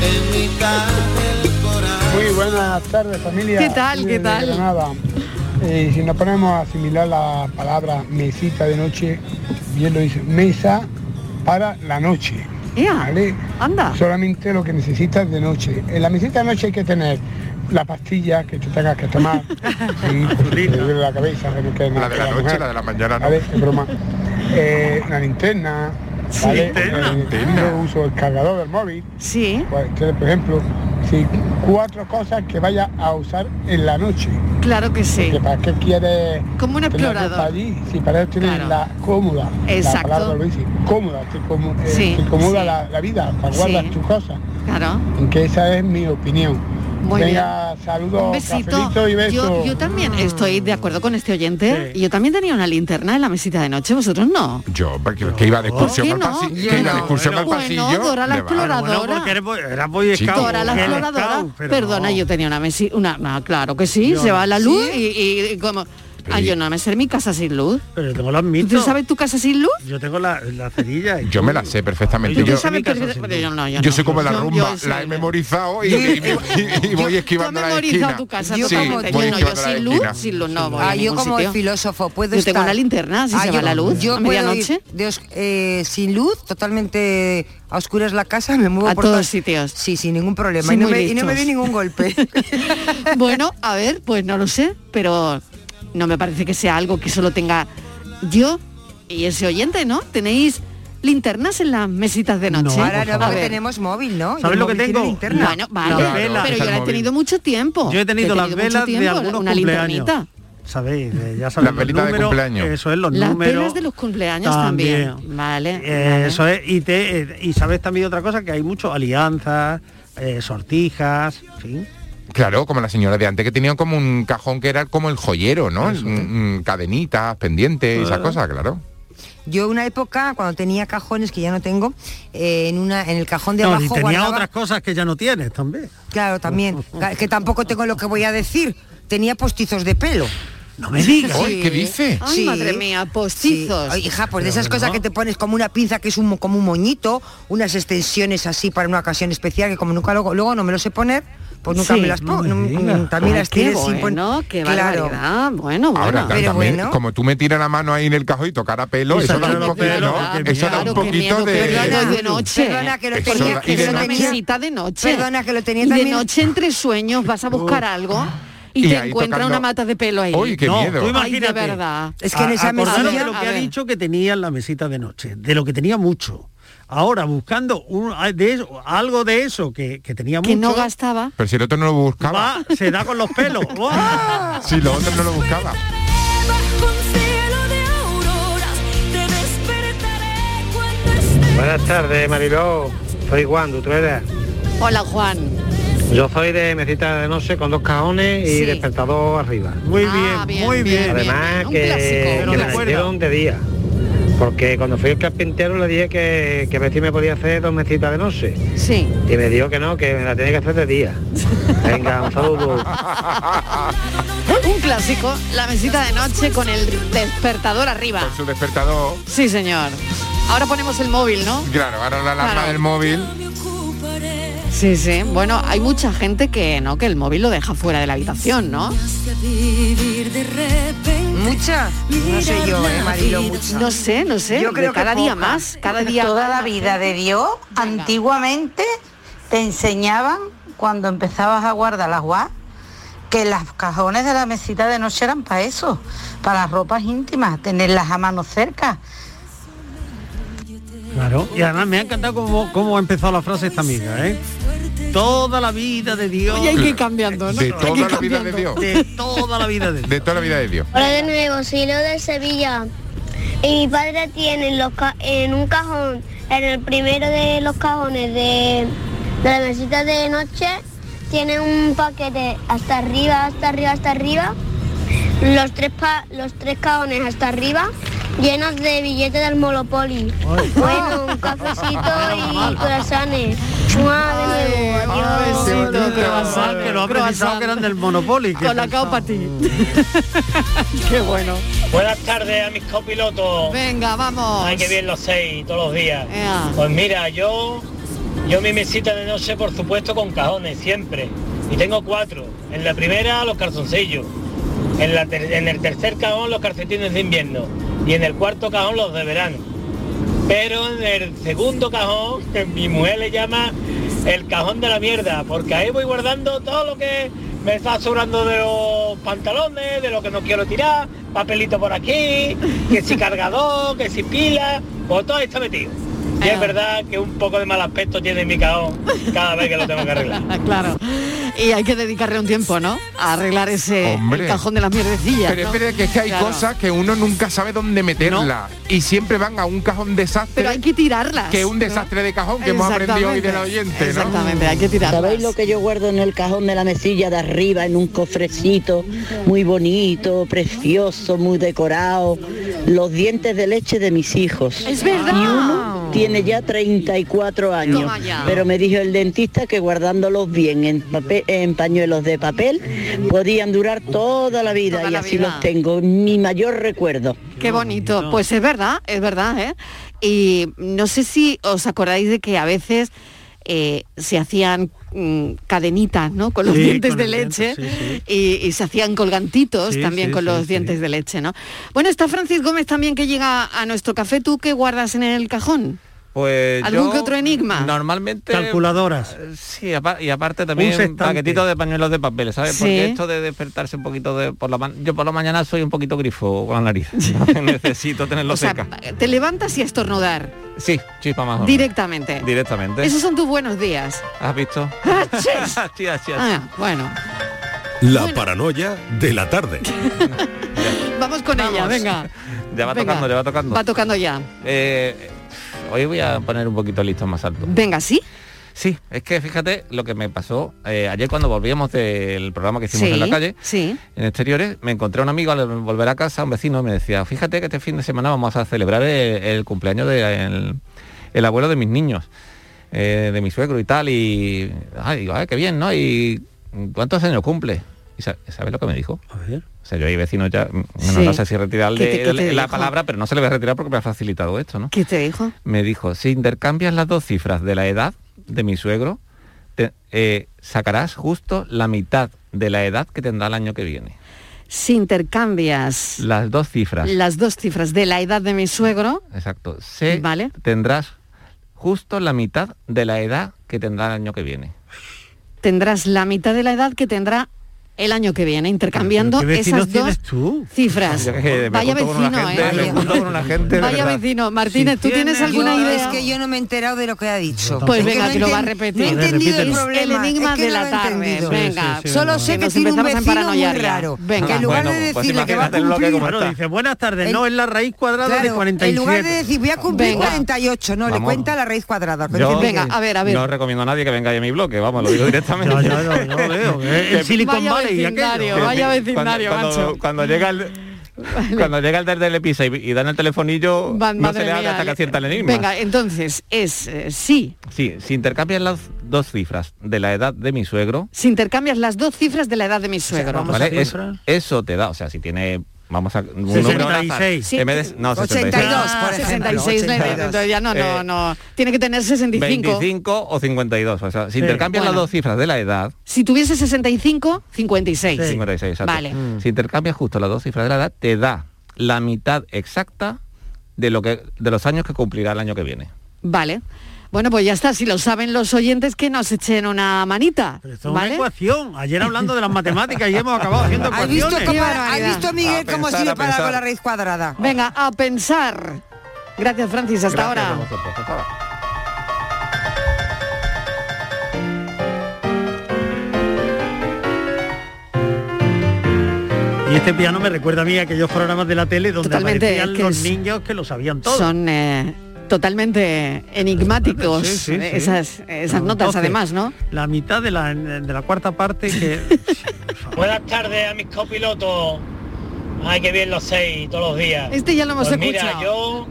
en mitad del corazón.
Muy buenas tardes familia.
¿Qué tal,
Soy
qué
de
tal?
Granada. Eh, si nos ponemos a asimilar la palabra mesita de noche, bien lo dice, mesa para la noche. ¿vale?
Anda.
Solamente lo que necesitas de noche. En la mesita de noche hay que tener la pastilla que te tengas que tomar. Sí, porque te duele la cabeza, que no quede
La
nada
de
que
la noche,
mujer.
la de la mañana no.
¿vale? Es broma. Eh, una linterna,
Sí,
¿vale?
linterna.
Eh,
Linterna.
yo uso el cargador del móvil. Pues,
Sí.
por ejemplo, sí, cuatro cosas que vaya a usar en la noche.
Claro que sí.
Porque para qué quieres
Como un
tener ropa
explorador.
allí, si para eso tienes
Claro.
la cómoda.
Exacto.
La palabra lo dice, cómoda, te, como, eh,
Sí,
te acomoda
sí.
la, la vida, para guardar
Sí.
tus cosas.
Claro.
Que esa es mi opinión.
Muy
Venga,
bien.
saludos,
Un besito.
cafelito y besos.
Yo, yo también estoy de acuerdo con este oyente. Yo también tenía una linterna en la mesita de noche, vosotros no.
Yo, porque que iba de excursión
qué
al
no?
pasillo.
Yo
Que iba de
no.
excursión al
Bueno,
pasillo.
Dora la
le va.
exploradora.
Bueno, porque eres boy- eras boy
Sí.
scout.
Dora la
eres
exploradora.
scout, pero
Perdona, yo tenía una mesi, una, no, claro que sí,
Yo
se
no.
va la luz y, y como ah, yo no me sé mi casa sin luz.
Pero yo tengo las mitos.
¿Tú sabes tu casa sin luz?
Yo tengo la, la cerilla.
Yo me la sé perfectamente.
Yo
Yo,
me sé mi casa
Pero yo no, yo
yo
no.
soy como la
Yo- yo
rumba,
soy-
la he memorizado y,
Yo-
y- y- y voy esquivando la
memorizado
esquina.
tu casa
Sí,
totalmente.
voy
Yo no, yo
esquivando la
sin luz,
esquina.
sin luz no voy a
Ah, yo
ningún
como
sitio.
el filósofo puedo
Yo
estar.
tengo una linterna, si
Ah,
se va la luz
yo
a
puedo ir
medianoche.
de os- eh, sin luz, totalmente a oscuras la casa, me muevo
A
por
todos
sitios. Sí, sin ningún problema.
Soy
Y no,
muy
me, y no me
listos.
dio ningún golpe.
bueno, a ver, pues no lo sé, pero no me parece que sea algo que solo tenga yo y ese oyente, ¿no? Tenéis linternas en las mesitas de noche.
No, Ahora por no, porque
tenemos móvil, ¿no?
Y ¿Sabes el lo que móvil tiene tengo? linterna.
Bueno, vale,
Las velas.
pero yo
Claro,
la he
móvil.
tenido mucho tiempo.
Yo he tenido las
mucho
velas de
tiempo,
algunos
una
cumpleaños.
linternita.
Sabéis, eh, ya sabéis
Las velitas de
números,
cumpleaños.
Eso es los
Las
números.
velas de los cumpleaños también. Vale.
Eh,
vale.
Eso es, y, te- eh, y sabes también otra cosa, que hay mucho alianzas, eh, sortijas, en fin.
Claro, como la señora de antes que tenía como un cajón que era como el joyero, ¿no? Mm, mm, Cadenitas, pendientes, esas
Ah.
Claro.
cosas, claro.
Yo una época, cuando tenía cajones que ya no tengo, eh, en una en el cajón de
No,
abajo
y tenía
guardaba-
otras cosas que ya no tienes también.
Claro, también. Ca- Que tampoco tengo lo que voy a decir. tenía postizos de pelo.
No
me digas. Ay, ¿qué dice?
Ay, madre mía, postizos.
Ay, hija, pues de
Pero
esas cosas que te pones como una pinza que es un, mo- como un moñito, unas extensiones así para una ocasión especial que como nunca luego, luego no me lo sé poner, pues nunca
Sí.
me las pongo.
No me digas.
también
Ay,
las
qué
tienes sin poner.
bueno, qué barbaridad. Bueno, bueno.
Ahora, claro, también, como tú me tiras la mano ahí en el cajón y tocar a pelo, eso da un poquito, ¿no? Eso da un poquito
Perdona,
de...
de noche.
Perdona, que lo
Ah, Eso
tenía-
da-
que
y de
eso
Una
noche-
mesita de noche.
Perdona, que lo tenía
Y de
también-
noche entre sueños vas a buscar algo y,
Y
te
ahí
encuentra
tocando.
una mata de pelo ahí.
Uy, qué No, miedo. tú
Ay, de
imagínate.
verdad.
Es que en esa
mesilla-
mesilla lo que
A
ha
ver.
dicho que tenía en la mesita de noche, de lo que tenía mucho. Ahora buscando un- ah, de eso- algo de eso que, que tenía mucho.
Que no gastaba.
Pero si el otro no lo buscaba,
va, se da con los pelos. ¡Guau!
si lo otro no lo buscaba.
Buenas tardes, Mariló. Soy Juan Dutrera.
Hola, Juan.
Yo soy de mesita de noche con dos cajones y
Sí.
despertador arriba.
Muy
Ah, bien, bien, muy bien, bien, bien.
Además
Un clásico.
que,
Pero
que
de
me
cuerda.
metieron de día. Porque cuando fui al carpintero le dije que, que ver si me podía hacer dos mesitas de noche.
Sí.
Y me dijo que no, que me la tenía que hacer de día. Venga, un saludo.
Un clásico, la mesita de noche con el despertador arriba.
Su despertador,
Sí, señor. Ahora ponemos el móvil, ¿no?
claro, ahora la alarma
Claro.
del móvil.
Sí, sí. Bueno, hay mucha gente que no, que el móvil lo deja fuera de la habitación, ¿no?
Mucha. No sé yo, eh, Marilo, mucha.
No sé, no sé.
Yo creo
de cada
que
día
poca.
más, cada día
Toda la vida de Dios, antiguamente te enseñaban cuando empezabas a guardar las guas que los cajones de la mesita de noche eran para eso, para las ropas íntimas, tenerlas a mano cerca.
Claro. Y además me ha encantado cómo, cómo ha empezado la frase esta amiga, ¿eh? Toda la vida de Dios.
Y hay que ir cambiando, ¿no?
De toda la vida de Dios.
De toda la vida de Dios.
De toda la vida de eh, Dios.
Hola de nuevo, soy Leo de Sevilla. Y mi padre tiene en, los ca- en un cajón, en el primero de los cajones de, de la mesita de noche, tiene un paquete hasta arriba, hasta arriba, hasta arriba. Los tres, pa- los tres cajones hasta arriba, llenos de billetes del Monopoly. Bueno, un cafecito y croissants. Mua, de nuevo, adiós.
Croissant, que lo ha pensado que eran del Monopoly. Con la
caupa ti. Qué bueno.
Buenas tardes a mis copilotos.
Venga, vamos.
Ay, qué bien los seis todos los días.
Ea.
Pues mira, yo yo mi mesita de noche, por supuesto, con cajones, siempre. Y tengo cuatro. En la primera, los calzoncillos. En, la ter- en el tercer cajón, los calcetines de invierno. Y en el cuarto cajón, los de verano. Pero en el segundo cajón, que mi mujer le llama el cajón de la mierda, porque ahí voy guardando todo lo que me está sobrando de los pantalones, de lo que no quiero tirar, papelito por aquí, que si cargador, que si pila, pues todo ahí está metido. Y es verdad que un poco de mal aspecto tiene mi cajón cada vez que lo tengo que arreglar.
Ah, Claro. Y hay que dedicarle un tiempo, ¿no? A arreglar ese
Hombre.
el cajón de las mierdecillas.
Pero
¿no?
espera, que es que hay
Claro.
cosas que uno nunca sabe dónde meterla y siempre van a un cajón desastre.
Pero hay que tirarlas.
Que un
¿no?
desastre de cajón que hemos aprendido hoy de la oyente, ¿no?
Exactamente, hay que tirarlas.
¿Sabéis lo que yo guardo en el cajón de la mesilla de arriba, en un cofrecito muy bonito, precioso, muy decorado? Los dientes de leche de mis hijos.
Es verdad.
Y uno tiene ya 34 años.
Toma ya.
Pero me dijo el dentista que guardándolos bien en, papel, en pañuelos de papel podían durar toda la vida
Toda
y
la
así
vida.
los tengo. Mi mayor recuerdo.
Qué bonito. Pues es verdad, es verdad, ¿eh? Y no sé si os acordáis de que a veces eh, se hacían mm, cadenitas, ¿no? Con los
Sí,
dientes
con
de
el
leche
diente, sí,
Y, y se hacían colgantitos
Sí,
también
sí,
con
sí,
los
sí.
dientes de leche, ¿no? Bueno, está Francis Gómez también que llega a nuestro café. ¿Tú qué guardas en el cajón?
Pues
¿Algún
yo
que otro enigma?
Normalmente eh,
Calculadoras.
Sí, apa- y aparte también
sextante.
paquetitos de pañuelos de papel, ¿sabes?
Sí.
Porque esto de despertarse un poquito de por la ma- yo por la mañana soy un poquito grifo con la nariz. Entonces Necesito tenerlo
O sea,
cerca.
Te levantas y a estornudar
Sí, chispa
Ah,
más. o menos.
directamente.
Directamente.
Esos son tus buenos días.
¿Has visto?
¡Achis!
Sí, así, así.
Ah, bueno,
La paranoia de la tarde.
vamos con ella, venga.
Ya va
Venga.
tocando, ya va tocando.
Va tocando ya.
Eh, hoy voy a poner un poquito listo más alto.
Venga, ¿sí?
Sí, es que fíjate lo que me pasó eh, ayer cuando volvíamos del programa que hicimos en la calle.
Sí.
en exteriores, me encontré a un amigo al volver a casa, un vecino, y me decía, fíjate que este fin de semana vamos a celebrar el, el cumpleaños del el abuelo de mis niños, eh, de mi suegro y tal, y ay, digo, ay, qué bien, ¿no? ¿Y cuántos años cumple? ¿Y sa- sabes lo que me dijo? O sea, yo hay vecinos ya, mm, bueno, no
Sí.
sé si retirarle
¿Qué te- qué te
la
dijo?
palabra, pero no se le va a retirar porque me ha facilitado esto, ¿no?
¿Qué te dijo?
Me dijo, si intercambias las dos cifras de la edad de mi suegro, te- eh, sacarás justo la mitad de la edad que tendrá el año que viene.
Si intercambias
Las dos cifras.
las dos cifras de la edad de mi suegro,
Exacto. Se
¿vale?
tendrás justo la mitad de la edad que tendrá el año que viene.
Tendrás la mitad de la edad que tendrá el año que viene, intercambiando esas dos
tú?
cifras. Vaya vecino, ¿eh?
Me junto con una gente de
Vaya
verdad.
vecino, Martínez, ¿tú tienes alguna
Yo-
idea?
Es que yo no me he enterado de lo que ha dicho.
Pues
Es que
venga,
no
que lo va a
enten-
repetir.
No he entendido el
Repítelo.
problema.
El enigma
es que
de
no
la
lo he
tarde.
entendido.
Venga, Sí, sí, sí,
Solo
venga.
sé que
Nos
tiene un
empezamos a
vecino muy
emparanoiar ya.
raro.
Venga.
Que en lugar de
Bueno, pues
decirle que va a
imagínate lo que
cumplir...
como está.
dice, buenas tardes, no es la raíz cuadrada
Claro,
de 47.
En lugar de decir, voy a cumplir
Venga.
48, no, le
Vamos.
cuenta la raíz cuadrada.
Yo-
Venga, a ver, a ver.
No recomiendo a nadie que venga ahí a mi bloque, vamos, lo digo directamente.
Yo- yo- yo- yo veo, eh, el Silicon
Vaya Valley y aquello. vecindario, vaya vecindario,
cuando,
macho.
Cuando, cuando llega el... Cuando llega el del telepisa y, y dan el telefonillo,
Va-
no
madre
se le haga
mía,
hasta que
le-
acierta el enigma.
Venga, entonces es eh, sí.
Sí, si intercambias las dos cifras de la edad de mi suegro,
Si intercambias las dos cifras de la edad de mi suegro.
¿vale? Es- eso te da, o sea, si tiene, vamos a... Un
66.
número, en vez de- no,
82,
66.
por 66 le- entonces ya no, no,
Eh,
no. Tiene que tener 65.
25 o 52, o sea, si
Sí.
intercambias
Bueno.
las dos cifras de la edad,
Si tuviese 65, 56.
56, exacto.
Vale.
Si intercambias justo las dos cifras de la edad, te da la mitad exacta de lo que de los años que cumplirá el año que viene.
Vale. Bueno, pues ya está. Si lo saben los oyentes, que nos echen una manita.
Esto es una ecuación. Ayer hablando de las matemáticas y hemos acabado haciendo
¿Has visto
ecuaciones.
cómo- has visto,
Miguel,
A
cómo
pensar,
sigue
a
para
pensar.
con la raíz cuadrada.
Venga, a pensar. Gracias, Francis. Pues Hasta ahora.
Y este piano me recuerda a mí a aquellos programas de la tele donde
Totalmente,
aparecían
es que
los
es-
niños que lo sabían todo.
Son eh, totalmente enigmáticos eh,
Sí, sí, sí.
esas, esas
Son
notas,
12,
además, ¿no?
La mitad de la, de la cuarta parte que...
Buenas tardes a mis copilotos. Ay, qué bien los seis todos los días.
Este ya lo hemos
Pues Mira,
escuchado.
yo,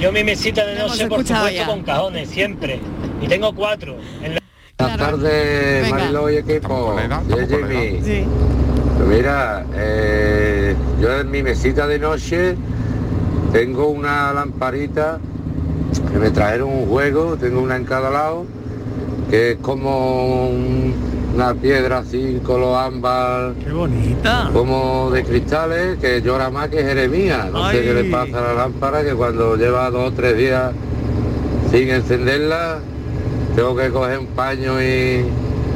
yo mi mesita de
Lo hemos
noche, por
escuchado
supuesto,
ya.
con cajones, siempre. Y tengo cuatro. En la-
Buenas tardes,
Venga.
Mariló y equipo. Yo, Jimmy. Pues Mira, eh, yo en mi mesita de noche tengo una lamparita que me trajeron un juego, tengo una en cada lado, que es como un- una piedra así, color ámbar.
¡Qué bonita!
Como de cristales, que llora más que Jeremías. No sé qué le pasa a la lámpara, que cuando lleva dos o tres días sin encenderla, tengo que coger un paño y,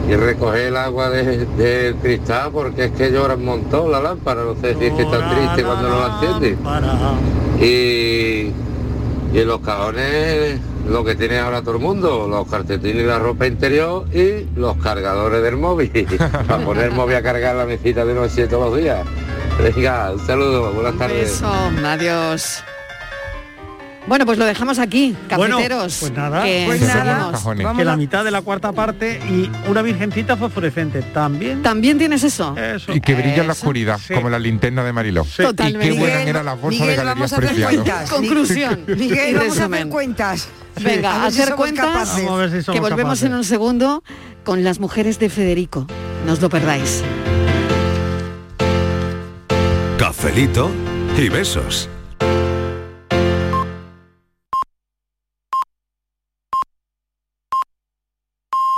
y recoger el agua de- del cristal porque es que llora un montón la lámpara, no sé si es que está triste cuando no la enciende. Y, y en los cajones lo que tiene ahora todo el mundo, los calcetines y la ropa interior y los cargadores del móvil. Para poner el móvil a cargar la mesita de noche todos los días. Venga, un saludo, buenas
Eh.
tardes.
Eso, adiós. Bueno, pues lo dejamos aquí,
Bueno,
cafeteros.
pues nada,
que
pues
seguimos.
nada, que la mitad de la cuarta parte y una virgencita fosforescente también.
También tienes eso.
Y que brilla en la
Eso.
oscuridad, como la linterna de Mariló. Y
Totalmente.
qué buenas
Miguel,
eran las bolsas
Miguel,
de galerías
vamos a hacer
preciadas.
cuentas. Conclusión.
Miguel,
Y
vamos a hacer
resumen.
cuentas.
Venga,
a ver si
hacer
somos
cuentas
capaces. Vamos a ver si somos
que volvemos
capaces.
en un segundo con las mujeres de Federico. No os lo perdáis.
Cafelito y besos.